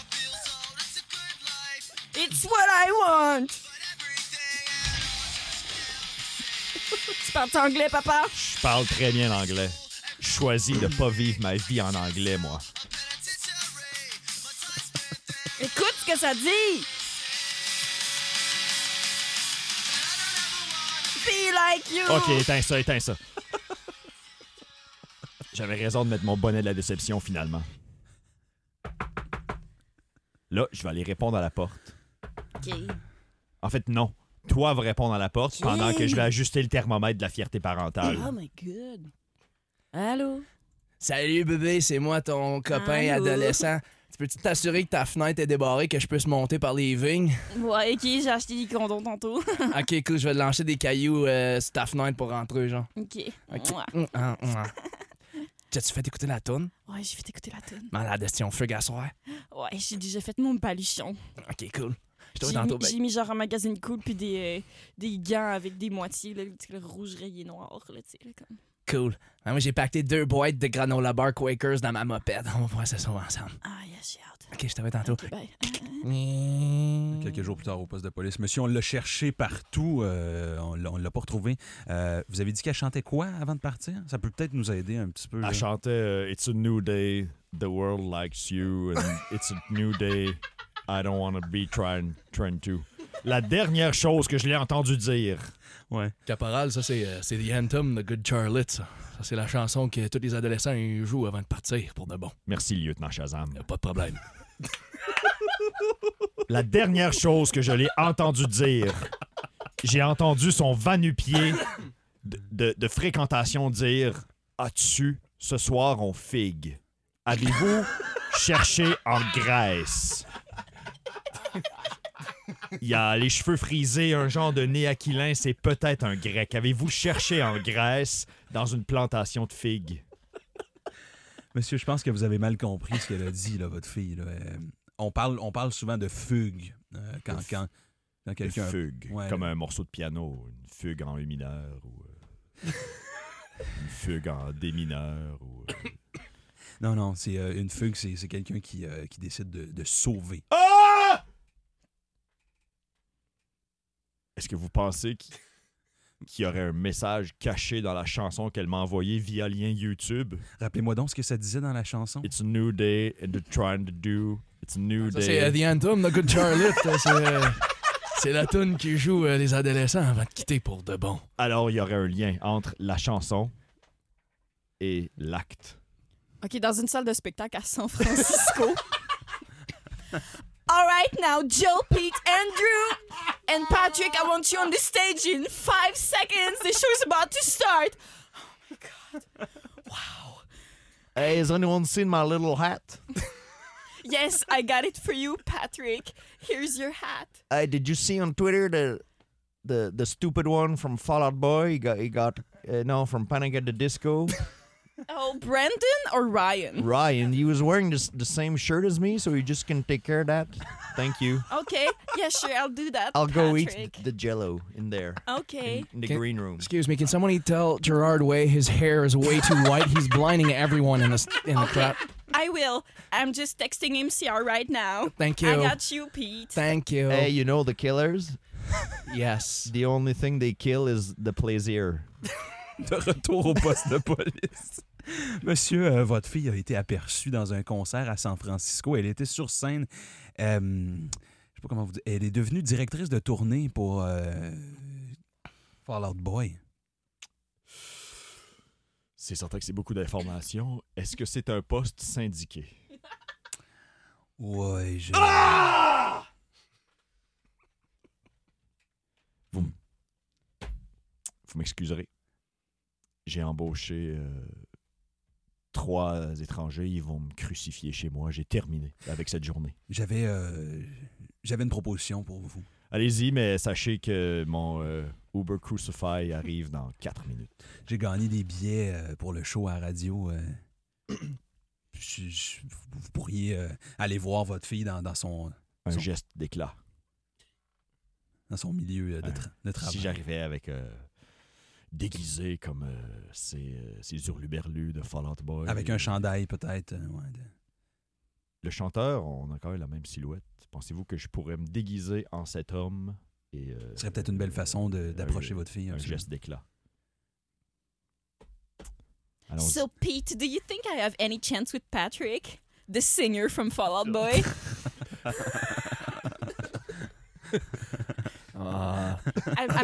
[SPEAKER 4] It's what I want! tu parles anglais, papa?
[SPEAKER 2] Je parle très bien l'anglais. Je choisis de pas vivre ma vie en anglais, moi.
[SPEAKER 4] Écoute ce que ça dit! Be like you!
[SPEAKER 2] Ok, éteins ça, éteins ça. J'avais raison de mettre mon bonnet de la déception finalement. Là, je vais aller répondre à la porte.
[SPEAKER 4] Ok.
[SPEAKER 2] En fait, non. Toi va répondre à la porte pendant que je vais ajuster le thermomètre de la fierté parentale.
[SPEAKER 4] Oh my god. Allô?
[SPEAKER 3] Salut bébé, c'est moi ton copain
[SPEAKER 4] Allô?
[SPEAKER 3] adolescent. Tu peux-tu t'assurer que ta fenêtre est débarrée, que je puisse monter par les vignes?
[SPEAKER 4] Ouais, ok, j'ai acheté des condoms tantôt.
[SPEAKER 3] ok, cool, je vais te lancer des cailloux euh, sur ta fenêtre pour rentrer, genre.
[SPEAKER 4] ok.
[SPEAKER 3] Ok.
[SPEAKER 4] Mouah.
[SPEAKER 3] Mm, ah, mm, ah. T'as-tu fait écouter la toune?
[SPEAKER 4] Ouais, j'ai fait écouter la tonne.
[SPEAKER 3] Malade, si on fugue à soir.
[SPEAKER 4] Ouais, j'ai déjà fait mon paluchon.
[SPEAKER 3] Ok, cool. Je te
[SPEAKER 4] J'ai
[SPEAKER 3] vois tantôt,
[SPEAKER 4] mis-
[SPEAKER 3] ben.
[SPEAKER 4] j'ai mis genre un magazine cool puis des, euh, des gants avec des moitiés, là, tu sais, le rouge rayé noir, là, tu sais, là, comme.
[SPEAKER 3] Cool. Ben, moi, j'ai pacté deux boîtes de granola bar Quakers dans ma mopette. On va pouvoir se sauver ensemble.
[SPEAKER 4] Ah, yes, j'ai hâte.
[SPEAKER 3] Ok, je te vois tantôt.
[SPEAKER 4] Ok, bye.
[SPEAKER 1] Quelques jours plus tard au poste de police. Monsieur, on l'a cherché partout. euh, on l'a- on l'a pas retrouvé. Euh, vous avez dit qu'elle chantait quoi avant de partir? Ça peut peut-être nous aider un petit peu. là.
[SPEAKER 2] Elle chantait euh, It's a new day, the world likes you, and it's a new day, I don't want to be trying, trying to. La dernière chose que je l'ai entendu dire.
[SPEAKER 1] Ouais.
[SPEAKER 3] Caporal, ça, c'est euh, c'est The Anthem de Good Charlotte, ça. Ça, c'est la chanson que tous les adolescents ils jouent avant de partir, pour de bon.
[SPEAKER 2] Merci, lieutenant Shazam.
[SPEAKER 3] Y a pas de problème.
[SPEAKER 2] La dernière chose que je l'ai entendu dire, j'ai entendu son vanupier de, de- de fréquentation dire As-tu, ce soir, on figue Avez-vous cherché en Grèce Il a les cheveux frisés, un genre de nez aquilin, c'est peut-être un grec. Avez-vous cherché en Grèce dans une plantation de figues
[SPEAKER 1] Monsieur, je pense que vous avez mal compris ce qu'elle a dit, là, votre fille. là. Euh, on, parle, on parle souvent de fugue euh, quand,
[SPEAKER 2] De f-
[SPEAKER 1] quand, quand
[SPEAKER 2] Une
[SPEAKER 1] quelqu'un.
[SPEAKER 2] fugue,
[SPEAKER 1] ouais,
[SPEAKER 2] comme
[SPEAKER 1] là.
[SPEAKER 2] un morceau de piano, une fugue en E mineur ou euh, une fugue en D mineur ou euh,
[SPEAKER 1] Non, non, c'est euh, une fugue, c'est c'est quelqu'un qui, euh, qui décide de, de sauver.
[SPEAKER 2] Est-ce que vous pensez qu'il qu'il y aurait un message caché dans la chanson qu'elle m'a envoyée via lien YouTube?
[SPEAKER 1] Rappelez-moi donc ce que ça disait dans la chanson.
[SPEAKER 2] It's a new day and they're trying to do. It's a new
[SPEAKER 3] Ça, c'est euh,
[SPEAKER 2] day.
[SPEAKER 3] The Anthem de Good Charlotte. ça, c'est, euh, C'est la tune qui joue euh, les adolescents avant de quitter pour de bon.
[SPEAKER 2] Alors, il y aurait un lien entre la chanson et l'acte.
[SPEAKER 4] Ok, dans une salle de spectacle à San Francisco. All right now, Joe, Pete, Andrew, and Patrick, I want you on the stage in five seconds. The show is about to start. Oh my god. Wow.
[SPEAKER 2] Hey, has anyone seen my little hat?
[SPEAKER 4] Yes, I got it for you, Patrick. Here's your hat.
[SPEAKER 2] Hey, Uh, did you see on Twitter the the the stupid one from Fall Out Boy? He got he got uh, no from Panic at the Disco.
[SPEAKER 4] Oh, Brandon or Ryan?
[SPEAKER 2] Ryan, he was wearing this, the same shirt as me, so you just can take care of that. Thank you.
[SPEAKER 4] Okay, yeah, sure, I'll do that.
[SPEAKER 2] I'll go eat
[SPEAKER 4] Patrick.
[SPEAKER 2] th- the Jello in there
[SPEAKER 4] Okay.
[SPEAKER 2] in the
[SPEAKER 3] Can-
[SPEAKER 2] green room.
[SPEAKER 3] Excuse me, can somebody tell Gerard Way his hair is way too white? He's blinding everyone in the, in the crowd.
[SPEAKER 4] I will. I'm just texting MCR right now.
[SPEAKER 3] Thank you.
[SPEAKER 4] I got you, Pete.
[SPEAKER 3] Thank you.
[SPEAKER 2] Hey, you know the killers?
[SPEAKER 3] Yes.
[SPEAKER 2] The only thing they kill is the plaisir.
[SPEAKER 1] De retour au poste de police. Monsieur, euh, votre fille a été aperçue dans un concert à San Francisco. Elle était sur scène. euh, je sais pas comment vous dire. Elle est devenue directrice de tournée pour euh, Fall Out Boy.
[SPEAKER 2] C'est certain que c'est beaucoup d'informations. Est-ce que c'est un poste syndiqué?
[SPEAKER 1] Ouais, je...
[SPEAKER 2] Vous m'excuserez. J'ai embauché euh, trois étrangers. Ils vont me crucifier chez moi. J'ai terminé avec cette journée.
[SPEAKER 1] j'avais, euh, j'avais une proposition pour vous.
[SPEAKER 2] Allez-y, mais sachez que mon euh, Uber Crucify arrive dans 4 minutes.
[SPEAKER 1] J'ai gagné des billets euh, pour le show à la radio. euh. Je- je- vous pourriez euh, aller voir votre fille dans, dans son,
[SPEAKER 2] Un
[SPEAKER 1] Son-
[SPEAKER 2] geste d'éclat.
[SPEAKER 1] dans son milieu euh, de,
[SPEAKER 2] Ouais.
[SPEAKER 1] tra- de travail.
[SPEAKER 2] Si j'arrivais avec. euh, déguisé comme euh, ces, euh, ces hurluberlus de Fall Out Boy.
[SPEAKER 1] Avec un chandail peut-être. euh, ouais, de-
[SPEAKER 2] Le chanteur, on a quand même la même silhouette. Pensez-vous que je pourrais me déguiser en cet homme et. euh,
[SPEAKER 1] Ce serait peut-être une belle façon de-
[SPEAKER 2] un-
[SPEAKER 1] d'approcher votre fille.
[SPEAKER 2] Un
[SPEAKER 1] absolument.
[SPEAKER 2] geste d'éclat. Allons-y.
[SPEAKER 4] So, Pete, do you think I have any chance with Patrick, the singer from Fall Out Boy? I, I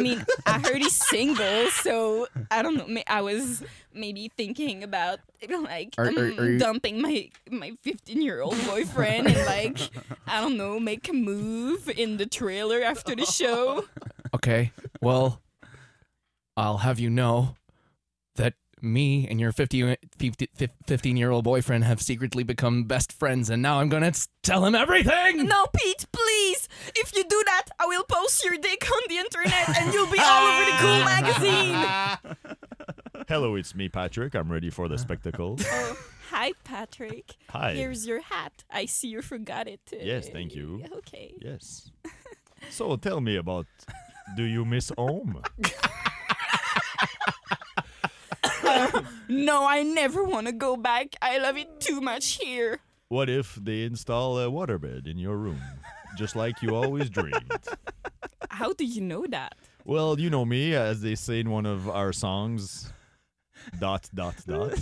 [SPEAKER 4] mean, I heard he's single, so I don't know. may- I was maybe thinking about like
[SPEAKER 3] Are- are-
[SPEAKER 4] mm,
[SPEAKER 3] are you-
[SPEAKER 4] dumping my my 15 year old boyfriend and like I don't know, make a move in the trailer after the show.
[SPEAKER 3] okay, well, I'll have you know that me and your 50, 50, 15 year old boyfriend have secretly become best friends, and now I'm gonna s- tell him everything!
[SPEAKER 4] No, Pete, please. If you do that, I will post your dick on the internet and you'll be all over the cool magazine.
[SPEAKER 2] Hello, it's me, Patrick. I'm ready for the spectacle.
[SPEAKER 4] Oh, hi, Patrick.
[SPEAKER 2] Hi.
[SPEAKER 4] Here's your hat. I see you forgot it. uh,
[SPEAKER 2] Yes, thank you.
[SPEAKER 4] Okay.
[SPEAKER 2] Yes. So tell me about do you miss home?
[SPEAKER 4] No, I never want to go back. I love it too much here.
[SPEAKER 2] What if they install a waterbed in your room? Just like you always dreamed.
[SPEAKER 4] How do you know that?
[SPEAKER 2] Well, you know me, as they say in one of our songs. Dot dot dot.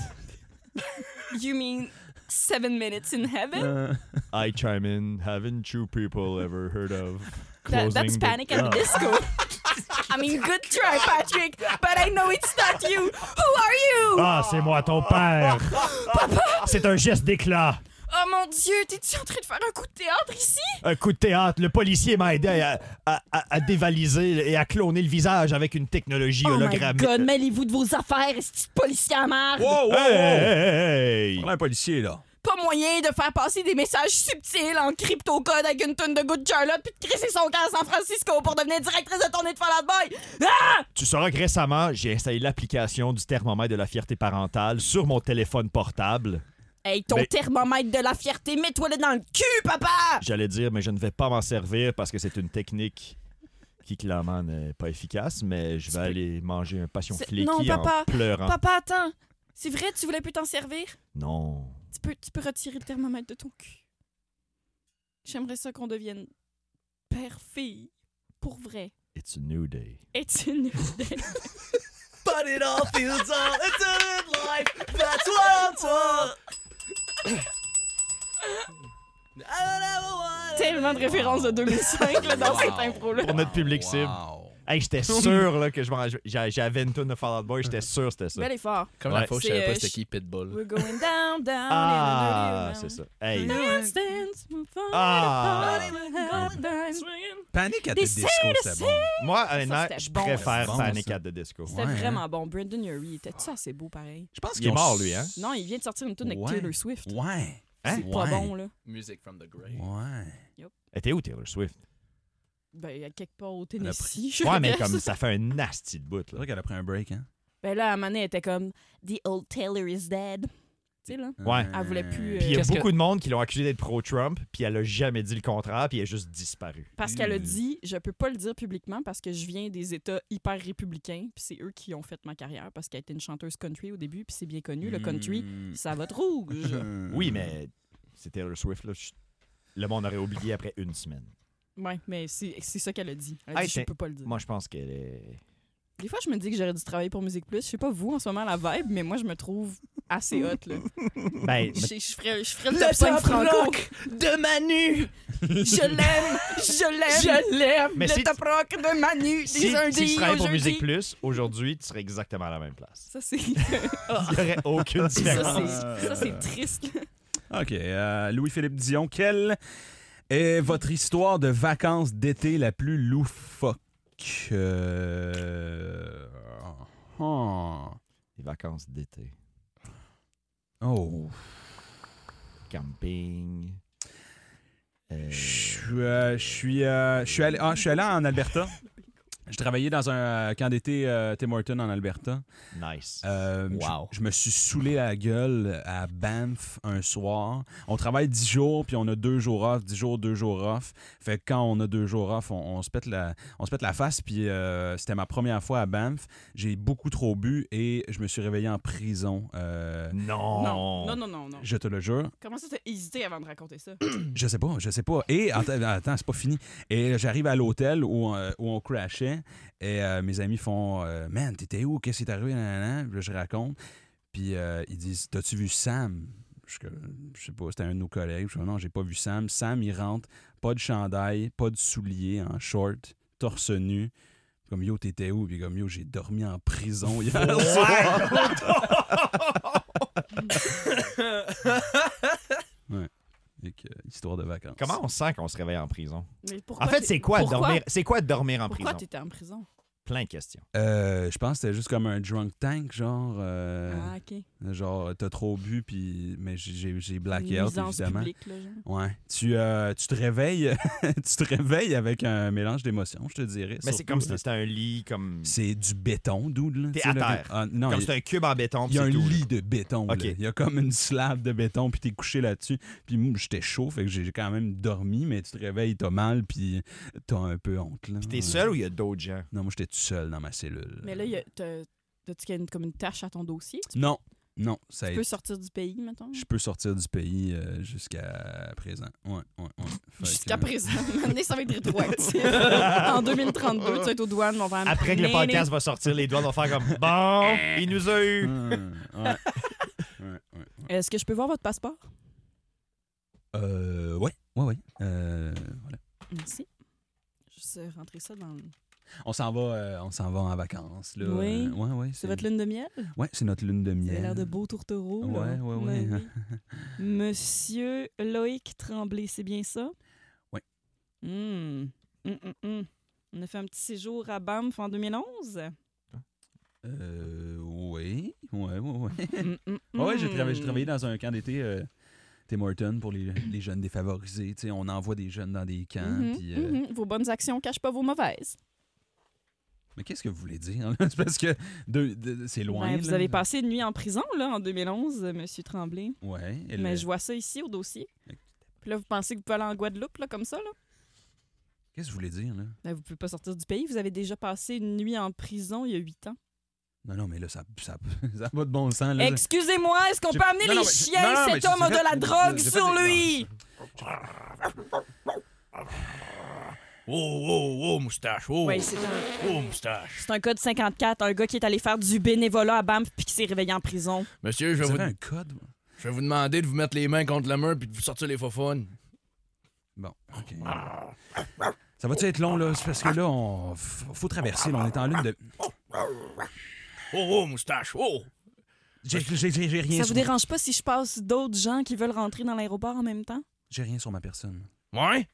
[SPEAKER 4] You mean seven minutes in heaven?
[SPEAKER 2] Uh, I chime in. Haven't you people ever heard of closing?
[SPEAKER 4] That, that's
[SPEAKER 2] the-
[SPEAKER 4] Panic at
[SPEAKER 2] Oh.
[SPEAKER 4] the Disco. I mean, good try, Patrick, but I know it's not you. Who are you?
[SPEAKER 6] Ah, c'est moi ton père. C'est un geste d'éclat.
[SPEAKER 4] Oh mon Dieu, t'es-tu en train de faire un coup de théâtre ici?
[SPEAKER 6] Un coup de théâtre. Le policier m'a aidé à, à- à- à dévaliser et à cloner le visage avec une technologie
[SPEAKER 4] Oh my
[SPEAKER 6] hologrammique.
[SPEAKER 4] God, mêlez-vous de vos affaires, est policier à marre?
[SPEAKER 1] Wow, wow, wow!
[SPEAKER 2] Hey!
[SPEAKER 1] On a un policier, là.
[SPEAKER 4] Pas moyen de faire passer des messages subtils en crypto-code avec une tonne de Good Charlotte puis de crisser son cas à San Francisco pour devenir directrice de tournée de Fall Out Boy.
[SPEAKER 2] Tu sauras que récemment, j'ai installé l'application du thermomètre de la fierté parentale sur mon téléphone portable.
[SPEAKER 4] Hey, ton
[SPEAKER 2] Mais-
[SPEAKER 4] thermomètre de la fierté, mets-toi le dans le cul, papa!
[SPEAKER 2] J'allais dire, mais je ne vais pas m'en servir parce que c'est une technique qui clairement n'est pas efficace, mais je vais aller manger un passion
[SPEAKER 4] C'est-
[SPEAKER 2] fléqui
[SPEAKER 4] non, papa.
[SPEAKER 2] en pleurant.
[SPEAKER 4] Papa, attends. C'est vrai, tu voulais plus t'en servir?
[SPEAKER 2] Non.
[SPEAKER 4] Tu peux, tu peux retirer le thermomètre de ton cul. J'aimerais ça qu'on devienne père-fille pour vrai.
[SPEAKER 2] It's a new day.
[SPEAKER 4] It's a new day.
[SPEAKER 7] But it all feels all it's a good life. That's what I'm told. I don't ever want
[SPEAKER 4] Tellement de références de 2005 là, dans cette impro-là.
[SPEAKER 2] Pour notre public cible. Hey, j'étais sûr là, que je m'en- j'a- j'avais une tune de Fall Out Boy, j'étais sûr que c'était ça.
[SPEAKER 4] Bel effort.
[SPEAKER 3] Comme
[SPEAKER 2] Ouais.
[SPEAKER 3] la fois, où je
[SPEAKER 4] C'est,
[SPEAKER 3] savais
[SPEAKER 4] euh,
[SPEAKER 3] pas c'était
[SPEAKER 4] je-
[SPEAKER 3] qui Pitbull.
[SPEAKER 4] We're going down, down.
[SPEAKER 2] Ah,
[SPEAKER 4] in the
[SPEAKER 2] c'est
[SPEAKER 4] dirty
[SPEAKER 2] ça. Hey.
[SPEAKER 4] Dance, dance, move on,
[SPEAKER 2] Ah.
[SPEAKER 4] going down, swinging.
[SPEAKER 5] Panic at the
[SPEAKER 4] They
[SPEAKER 5] Disco,
[SPEAKER 4] say the
[SPEAKER 5] c'est bon.
[SPEAKER 2] Moi, honnêtement,
[SPEAKER 4] c'était
[SPEAKER 2] je
[SPEAKER 4] bon,
[SPEAKER 2] préfère
[SPEAKER 5] ça.
[SPEAKER 2] Panic
[SPEAKER 5] Bon,
[SPEAKER 2] at the Disco.
[SPEAKER 4] C'était
[SPEAKER 5] Ouais,
[SPEAKER 2] hein.
[SPEAKER 4] vraiment bon. Brandon Urie, était-tu assez beau pareil?
[SPEAKER 5] Je pense
[SPEAKER 2] Il
[SPEAKER 5] qu'il
[SPEAKER 2] est mort, lui, hein?
[SPEAKER 4] Non, il vient de sortir une tune avec
[SPEAKER 5] Ouais.
[SPEAKER 4] Taylor Swift.
[SPEAKER 5] Ouais.
[SPEAKER 1] Hein?
[SPEAKER 4] C'est pas
[SPEAKER 5] Ouais.
[SPEAKER 4] bon, là.
[SPEAKER 3] Music from the grave.
[SPEAKER 5] Ouais.
[SPEAKER 2] Elle était où, Taylor Swift?
[SPEAKER 4] Ben, à quelque part au Tennessee. je
[SPEAKER 2] Ouais, mais
[SPEAKER 4] guess.
[SPEAKER 2] comme ça fait un nasty de bout,
[SPEAKER 5] C'est
[SPEAKER 2] là.
[SPEAKER 5] vrai qu'elle a pris un break, hein?
[SPEAKER 4] Ben là, à un moment donné, elle était comme The old Taylor is dead. Tu sais, là.
[SPEAKER 2] Ouais.
[SPEAKER 4] Elle voulait plus. euh,
[SPEAKER 2] Puis il y a
[SPEAKER 3] Qu'est-ce que-
[SPEAKER 2] beaucoup de monde qui l'ont accusé d'être pro-Trump, puis elle a jamais dit le contraire, puis elle a juste disparu.
[SPEAKER 4] Parce qu'elle a dit, je peux pas le dire publiquement parce que je viens des États hyper républicains, puis c'est eux qui ont fait ma carrière parce qu'elle était une chanteuse country au début, puis c'est bien connu, le country,
[SPEAKER 2] Hmm.
[SPEAKER 5] Mm.
[SPEAKER 4] ça va de rouge.
[SPEAKER 5] Hmm.
[SPEAKER 2] Oui, mais c'est Taylor Swift, là. je- Le monde aurait oublié après une semaine.
[SPEAKER 4] ouais, mais c'est c'est ça qu'elle a dit. Elle a
[SPEAKER 2] Hey,
[SPEAKER 4] dit, je
[SPEAKER 2] t'es-
[SPEAKER 4] peux pas le dire.
[SPEAKER 2] Moi, je pense qu'elle est.
[SPEAKER 4] Des fois, je me dis que j'aurais dû travailler pour Musique Plus. Je sais pas vous en ce moment la vibe, mais moi, je me trouve assez hot, là.
[SPEAKER 2] Ben,
[SPEAKER 4] Je, je ferais, je ferais le top 5 franco.
[SPEAKER 7] de Manu.
[SPEAKER 4] Je l'aime, je l'aime.
[SPEAKER 7] Je l'aime.
[SPEAKER 2] Mais si-
[SPEAKER 7] le top rock de Manu.
[SPEAKER 2] si,
[SPEAKER 7] Des
[SPEAKER 2] si
[SPEAKER 7] lundis
[SPEAKER 2] tu
[SPEAKER 7] au
[SPEAKER 2] travaillais pour
[SPEAKER 7] jeudi.
[SPEAKER 2] Musique Plus, aujourd'hui, tu serais exactement à la même place.
[SPEAKER 4] Ça, c'est
[SPEAKER 2] Il n'y aurait aucune différence.
[SPEAKER 4] ça, Ah. c'est- ça, c'est triste, là.
[SPEAKER 1] OK. euh, Louis-Philippe Dion, quelle est votre histoire de vacances d'été la plus loufoque? Euh, oh.
[SPEAKER 2] Les vacances d'été.
[SPEAKER 1] Oh.
[SPEAKER 2] Camping. euh,
[SPEAKER 1] Je suis, euh, je suis, euh, je suis allé, ah, je suis allé en Alberta. Je travaillais dans un euh, camp d'été euh, Tim Horton en Alberta.
[SPEAKER 2] nice.
[SPEAKER 1] Euh,
[SPEAKER 3] Wow.
[SPEAKER 1] je, je me suis saoulé la gueule à Banff un soir. On travaille 10 jours, puis on a deux jours off, 10 jours, deux jours off. Fait que quand on a deux jours off, on, on se, pète la, on se pète la face, puis euh, c'était ma première fois à Banff. J'ai beaucoup trop bu et je me suis réveillé en prison. Euh,
[SPEAKER 2] non.
[SPEAKER 4] Non, non, non, non, non.
[SPEAKER 1] je te le jure.
[SPEAKER 4] Comment ça, t'as hésité avant de raconter ça?
[SPEAKER 1] Je sais pas, je sais pas. Et attends, attends, c'est pas fini. Et j'arrive à l'hôtel où, euh, où on crashait et euh, mes amis font euh, Man, t'étais où? Qu'est-ce qui t'est arrivé? Nan, nan, nan. Puis là, je raconte. Puis euh, ils disent T'as-tu vu Sam? Je, suis comme, je sais pas, c'était un de nos collègues. Je dis, non, j'ai pas vu Sam. Sam, il rentre, pas de chandail, pas de souliers, en short, torse nu. Comme yo, t'étais où? Puis comme yo, j'ai dormi en prison hier soir. ouais. Fait que, histoire de vacances.
[SPEAKER 2] Comment on sent qu'on se réveille en prison?
[SPEAKER 4] Mais pourquoi
[SPEAKER 2] En fait,
[SPEAKER 4] t'es-
[SPEAKER 2] c'est quoi
[SPEAKER 4] pourquoi-
[SPEAKER 2] dormir? C'est quoi dormir en
[SPEAKER 4] Pourquoi
[SPEAKER 2] prison?
[SPEAKER 4] t'étais en prison?
[SPEAKER 2] Plein de questions.
[SPEAKER 1] Euh, je pense que c'était juste comme un drunk tank, genre. euh,
[SPEAKER 4] Ah, OK.
[SPEAKER 1] Genre, t'as trop bu, puis. Mais j'ai- j'ai j'ai blackout,
[SPEAKER 4] Nuisance
[SPEAKER 1] évidemment.
[SPEAKER 4] publique, là, genre.
[SPEAKER 1] Ouais. Tu, euh, tu te réveilles tu te réveilles avec un mélange d'émotions, je te dirais.
[SPEAKER 2] Mais c'est
[SPEAKER 1] surtout,
[SPEAKER 2] comme
[SPEAKER 1] euh,
[SPEAKER 2] si c'était un lit, comme.
[SPEAKER 1] C'est du béton, dude. là.
[SPEAKER 2] T'es
[SPEAKER 1] Tu sais,
[SPEAKER 2] à
[SPEAKER 1] là,
[SPEAKER 2] terre.
[SPEAKER 1] que- ah, non,
[SPEAKER 2] Comme
[SPEAKER 1] il-
[SPEAKER 2] c'est un cube en béton.
[SPEAKER 1] il y a un
[SPEAKER 2] puis c'est tout,
[SPEAKER 1] lit de béton. là.
[SPEAKER 2] Ok.
[SPEAKER 1] Il y a comme une slab de béton, puis t'es couché là-dessus. Puis moi, j'étais chaud, fait que j'ai quand même dormi, mais tu te réveilles, t'as mal, puis t'as un peu honte. là.
[SPEAKER 2] Puis t'es seul ou il y a d'autres gens?
[SPEAKER 1] Non, moi, j'étais tout seul dans ma cellule.
[SPEAKER 4] Mais là, il y a- t'as- t'as-tu qu'il y a une- comme une tâche à ton dossier? Tu
[SPEAKER 1] Non, non, ça a
[SPEAKER 4] peux sortir du pays, mettons?
[SPEAKER 1] je peux sortir du pays euh, jusqu'à présent. Ouais, ouais, ouais. Fait
[SPEAKER 4] Jusqu'à
[SPEAKER 1] que- euh,
[SPEAKER 4] présent. Maintenant, ça va être rétroactif. en 2032, tu vas être aux douanes, on va
[SPEAKER 2] Après que le podcast va sortir, les doigts vont faire comme Bon, il nous a eu.
[SPEAKER 1] Hum, ouais. Ouais, ouais.
[SPEAKER 4] Est-ce que je peux voir votre passeport?
[SPEAKER 1] Euh, ouais, ouais, ouais. Euh, voilà.
[SPEAKER 4] Merci. Je sais rentrer ça dans... le-
[SPEAKER 1] On s'en va, euh, on s'en va en vacances là.
[SPEAKER 4] Oui.
[SPEAKER 1] Euh, ouais, ouais.
[SPEAKER 4] C'est votre lune de miel?
[SPEAKER 1] Ouais, c'est notre lune de
[SPEAKER 4] Vous avez
[SPEAKER 1] miel.
[SPEAKER 4] l'air de beaux tourtereaux. là.
[SPEAKER 1] Ouais, ouais, ouais.
[SPEAKER 4] Ben oui. Monsieur Loïc Tremblay, c'est bien ça?
[SPEAKER 1] Ouais.
[SPEAKER 4] Hmm. Hum, hum, hum. On a fait un petit séjour à Banff en 2011.
[SPEAKER 1] Euh, oui, ouais, ouais, ouais.
[SPEAKER 4] Hum, hum,
[SPEAKER 1] Ah Ouais, ouais, j'ai
[SPEAKER 4] hum.
[SPEAKER 1] travaillé, j'ai travaillé dans un camp d'été. euh, Tim Horton pour les, les jeunes défavorisés. Tu sais, on envoie des jeunes dans des camps.
[SPEAKER 4] Mhm,
[SPEAKER 1] puis, euh,
[SPEAKER 4] mhm. Vos bonnes actions cachent pas vos mauvaises.
[SPEAKER 1] Mais qu'est-ce que vous voulez dire? là? C'est parce que deux- deux- c'est loin.
[SPEAKER 4] Ben, vous
[SPEAKER 1] là.
[SPEAKER 4] avez passé une nuit en prison là, en 2011, euh, Monsieur Tremblay.
[SPEAKER 1] Ouais. et le-
[SPEAKER 4] Mais je vois ça ici au dossier.
[SPEAKER 1] Ok.
[SPEAKER 4] Puis là, vous pensez que vous pouvez aller en Guadeloupe là, comme ça? Là?
[SPEAKER 1] Qu'est-ce que vous voulez dire, là?
[SPEAKER 4] Ben, vous pouvez pas sortir du pays. Vous avez déjà passé une nuit en prison il y a huit ans.
[SPEAKER 1] Non, non, mais là, ça ça, ça a pas de bon sens. Là.
[SPEAKER 4] Excusez-moi, est-ce qu'on
[SPEAKER 1] J'ai-
[SPEAKER 4] peut amener
[SPEAKER 1] Non, non,
[SPEAKER 4] les
[SPEAKER 1] mais j'ai-
[SPEAKER 4] chiens?
[SPEAKER 1] non, non, mais
[SPEAKER 4] Cet
[SPEAKER 1] j'ai-
[SPEAKER 4] homme a
[SPEAKER 1] j'ai
[SPEAKER 4] de la
[SPEAKER 1] fait-
[SPEAKER 4] drogue
[SPEAKER 1] j'ai fait
[SPEAKER 4] sur
[SPEAKER 1] des-
[SPEAKER 4] lui!
[SPEAKER 7] Oh, oh, oh, moustache. Oh,
[SPEAKER 4] Oui, c'est un,
[SPEAKER 7] oh, moustache.
[SPEAKER 4] c'est un gars de 54, un gars qui est allé faire du bénévolat à Banff puis qui s'est réveillé en prison.
[SPEAKER 3] Monsieur, je
[SPEAKER 1] Vous
[SPEAKER 3] vais, vous,
[SPEAKER 1] avez un code? moi?
[SPEAKER 3] je vais vous demander de vous mettre les mains contre le mur puis de vous sortir les faux
[SPEAKER 1] Bon, OK. Ça va-tu être long, là? C'est Parce que là, on f- faut traverser. là. on est en lune de.
[SPEAKER 3] Oh, oh, moustache, oh!
[SPEAKER 1] J'ai- J'ai j'ai- j'ai rien,
[SPEAKER 4] Ça vous
[SPEAKER 1] sur-
[SPEAKER 4] dérange pas si je passe d'autres gens qui veulent rentrer dans l'aéroport en même temps?
[SPEAKER 1] j'ai rien sur ma personne.
[SPEAKER 3] Ouais?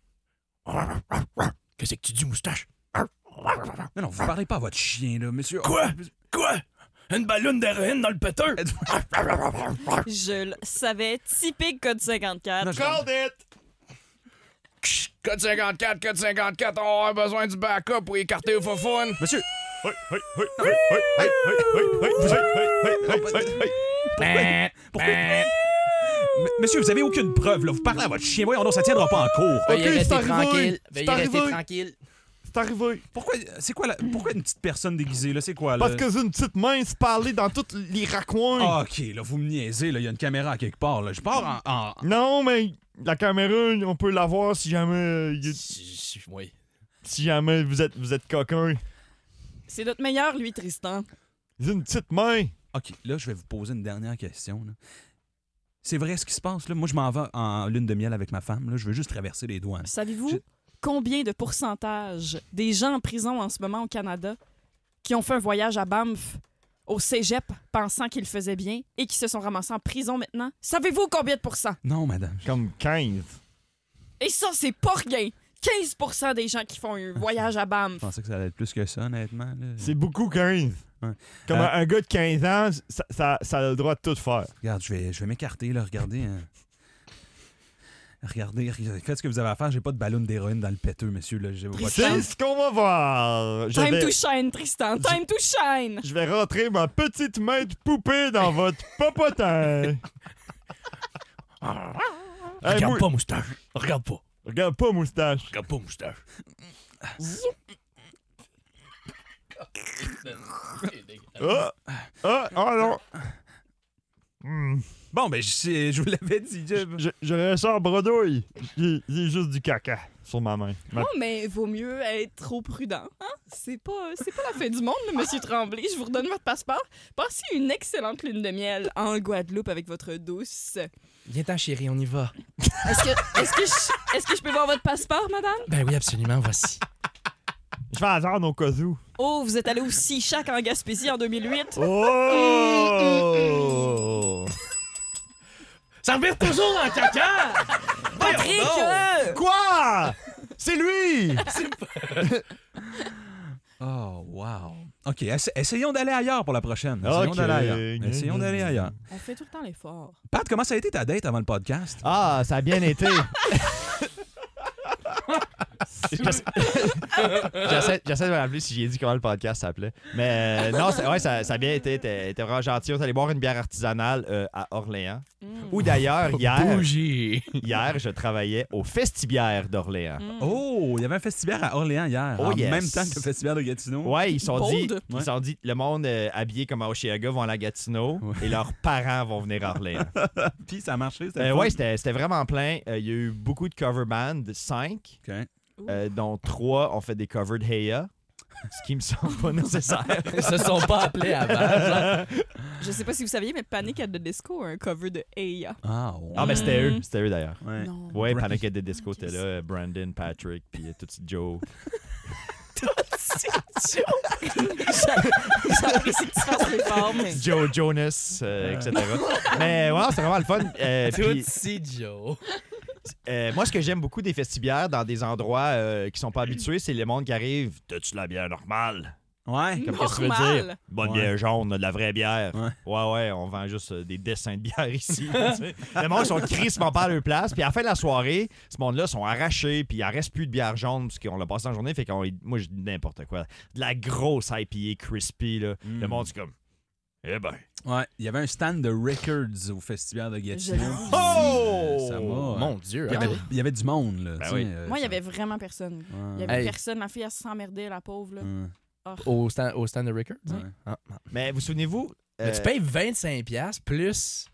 [SPEAKER 3] Qu'est-ce que tu dis, moustache?
[SPEAKER 1] Non, non, vous parlez pas à votre chien, là, monsieur.
[SPEAKER 3] Quoi? Quoi? Une ballonne d'héroïne dans le péteur?
[SPEAKER 4] Je le savais, typique code 54.
[SPEAKER 1] Non, je-
[SPEAKER 3] Code 54, code 54, on va avoir besoin du backup pour écarter au fofone.
[SPEAKER 1] Monsieur! Pourquoi? M- Monsieur, vous avez aucune preuve, là. Vous parlez à votre chien. Voyons, donc, ça tiendra pas en cours.
[SPEAKER 2] Ok,
[SPEAKER 3] Veuillez
[SPEAKER 2] c'est
[SPEAKER 3] rester
[SPEAKER 2] arrivé.
[SPEAKER 3] tranquille. Ben,
[SPEAKER 2] C'est
[SPEAKER 3] Veuillez rester
[SPEAKER 2] arrivé.
[SPEAKER 3] tranquille. Euh.
[SPEAKER 2] C'est arrivé.
[SPEAKER 1] Pourquoi, c'est quoi la- pourquoi une petite personne déguisée, là? C'est quoi, là?
[SPEAKER 2] Parce que c'est une petite main se parler dans tous les raccoins.
[SPEAKER 1] Ah, OK, là, vous me niaisez, là. Il y a une caméra à quelque part, là. Je pars en... en-
[SPEAKER 2] Non, mais la caméra, on peut la voir si jamais, euh, y a-
[SPEAKER 3] Si- Oui.
[SPEAKER 2] si jamais vous êtes, vous êtes coquin.
[SPEAKER 4] C'est notre meilleur, lui, Tristan.
[SPEAKER 2] C'est une petite main.
[SPEAKER 1] OK, là, je vais vous poser une dernière question, là. C'est vrai ce qui se passe, là? Moi, je m'en vais en lune de miel avec ma femme, là. Je veux juste traverser les douanes.
[SPEAKER 4] Savez-vous
[SPEAKER 1] Je-
[SPEAKER 4] combien de pourcentage des gens en prison en ce moment au Canada qui ont fait un voyage à Banff au cégep pensant qu'ils le faisaient bien et qui se sont ramassés en prison maintenant? Savez-vous combien de pourcents?
[SPEAKER 1] Non, madame.
[SPEAKER 2] Comme 15.
[SPEAKER 4] Et ça, c'est pas rien! 15 des gens qui font un voyage à Banff.
[SPEAKER 1] Je pensais que ça allait être plus que ça, honnêtement. là.
[SPEAKER 2] C'est beaucoup 15.
[SPEAKER 1] Ouais.
[SPEAKER 2] Comme
[SPEAKER 1] Euh,
[SPEAKER 2] un- un gars de 15 ans, ça, ça- ça a le droit de tout faire.
[SPEAKER 1] Regarde, je vais, je vais m'écarter, là. Regardez. hein. Regardez, regardez. faites ce que vous avez à faire. J'ai pas de ballon d'héroïne dans le péteux, monsieur. Là. J'ai- votre
[SPEAKER 2] C'est ce qu'on va voir. Je
[SPEAKER 4] Time
[SPEAKER 2] vais,
[SPEAKER 4] to shine, Tristan! Time to shine!
[SPEAKER 2] je vais rentrer ma petite main de poupée dans votre popotin. Hey,
[SPEAKER 5] Regarde
[SPEAKER 2] mou-
[SPEAKER 5] pas, moustache. Regarde pas.
[SPEAKER 2] regarde pas, moustache.
[SPEAKER 5] Regarde pas, moustache.
[SPEAKER 2] Ah, ah, ah, non. Hmm.
[SPEAKER 1] Bon, ben, je, je vous l'avais dit. je-
[SPEAKER 2] Je, je ressors en bredouille. J'ai j'ai juste du caca sur ma main. Ma-
[SPEAKER 4] Non, mais vaut mieux être trop prudent. Hein? C'est pas, c'est pas la fin du monde, là, Monsieur Tremblay. Je vous redonne votre passeport. Passez une excellente lune de miel en Guadeloupe avec votre douce.
[SPEAKER 3] Viens-t'en, chérie, on y va.
[SPEAKER 4] Est-ce que, est-ce que, je, est-ce que je peux voir votre passeport, madame?
[SPEAKER 3] Ben oui, absolument, voici.
[SPEAKER 2] Je vais attendre au cas où.
[SPEAKER 4] Oh, vous êtes allé au Sea Shack en Gaspésie en 2008.
[SPEAKER 2] Oh!
[SPEAKER 3] Ça revient toujours dans le caca!
[SPEAKER 4] Patrick! euh,
[SPEAKER 2] Quoi? C'est lui!
[SPEAKER 1] Oh, wow. OK, essa- essayons d'aller ailleurs pour la prochaine. Essayons
[SPEAKER 2] OK.
[SPEAKER 1] d'aller ailleurs. Essayons d'aller ailleurs.
[SPEAKER 4] On fait tout le temps l'effort.
[SPEAKER 1] Pat, comment ça a été ta date avant le podcast?
[SPEAKER 2] Ah, ça a bien été. J'essaie j'essaie de me rappeler si j'ai dit comment le podcast s'appelait. Mais euh, non, c'est- ouais, ça, ça a bien été. T'es t'es vraiment gentil. On est allé boire une bière artisanale euh, à Orléans. Ou d'ailleurs, hier,
[SPEAKER 3] Ah, Bougie!
[SPEAKER 2] hier, je travaillais au Festibière d'Orléans.
[SPEAKER 1] Oh, il y avait un festival à Orléans hier,
[SPEAKER 2] Mm-hmm. Oh,
[SPEAKER 1] en
[SPEAKER 2] yes.
[SPEAKER 1] même temps que le festival de Gatineau.
[SPEAKER 2] Ouais, ils sont
[SPEAKER 4] Bold.
[SPEAKER 2] dit,
[SPEAKER 1] Ouais.
[SPEAKER 2] ils sont dit, le monde euh, habillé comme à Oshiaga vont à la Gatineau et leurs parents vont venir à Orléans.
[SPEAKER 1] Puis ça a marché, c'était
[SPEAKER 2] Euh,
[SPEAKER 1] le fun.
[SPEAKER 2] ouais, c'était c'était vraiment plein. Euh, Il y a eu beaucoup de cover bands, 5,
[SPEAKER 1] OK.
[SPEAKER 2] dont 3 ont fait des covers de Heya, ce qui me semble pas nécessaire.
[SPEAKER 3] Ils se sont pas appelés avant.
[SPEAKER 4] Je sais pas si vous saviez, mais Panic at the Disco a un cover de Aya.
[SPEAKER 1] Ah, ben, ouais.
[SPEAKER 2] Ah, ben c'était eux, c'était eux d'ailleurs.
[SPEAKER 1] Ouais.
[SPEAKER 4] Non.
[SPEAKER 2] Ouais,
[SPEAKER 1] Bra-
[SPEAKER 2] Panic at the Disco était là, euh, Brandon, Patrick, puis euh, tout petit Joe.
[SPEAKER 4] J'apprécie que tu fasses l'effort, mais...
[SPEAKER 2] Joe Jonas, euh, etc. Mais ouais, c'était vraiment le fun. Euh,
[SPEAKER 3] Tout
[SPEAKER 2] puis,
[SPEAKER 3] si Joe.
[SPEAKER 2] euh, moi, ce que j'aime beaucoup des festibières dans des endroits euh, qui sont pas habitués, c'est le monde qui arrive. T'as-tu de la bière normale?
[SPEAKER 1] Ouais.
[SPEAKER 2] Comme qu'est-ce que tu veux
[SPEAKER 4] Normal.
[SPEAKER 2] dire? Bonne
[SPEAKER 1] Ouais.
[SPEAKER 2] bière jaune, de la vraie bière.
[SPEAKER 1] Ouais.
[SPEAKER 2] Ouais, ouais, on vend juste euh, des dessins de bière ici. tu sais. le monde, ils sont crissement pas à leur place. Puis à la fin de la soirée, ce monde-là sont arrachés, puis il en reste plus de bière jaune parce qu'on l'a passé en journée. Fait qu'on, moi, je dis n'importe quoi. De la grosse IPA crispy, là. Le
[SPEAKER 1] Mm.
[SPEAKER 2] monde, c'est comme. Eh ben.
[SPEAKER 1] Ouais, il y avait un stand de records au festival de Gatineau.
[SPEAKER 4] Je l'ai
[SPEAKER 1] puis,
[SPEAKER 2] Oh!
[SPEAKER 1] euh, ça m'a-
[SPEAKER 3] Mon Dieu. hein.
[SPEAKER 1] Il y, avait, il y avait du monde, là.
[SPEAKER 2] Ben
[SPEAKER 1] tu sais,
[SPEAKER 2] oui.
[SPEAKER 1] euh,
[SPEAKER 4] Moi, il y
[SPEAKER 1] ça-
[SPEAKER 4] avait vraiment personne. Il y
[SPEAKER 1] Ouais.
[SPEAKER 4] avait
[SPEAKER 3] Hey.
[SPEAKER 4] personne. La fille, elle s'emmerdait, la pauvre. Là.
[SPEAKER 1] Ouais.
[SPEAKER 3] Au stand, au stand de Rickard?
[SPEAKER 1] Ouais.
[SPEAKER 2] Mais vous souvenez-vous?
[SPEAKER 3] Mais
[SPEAKER 2] euh,
[SPEAKER 3] tu payes 25$ piastres plus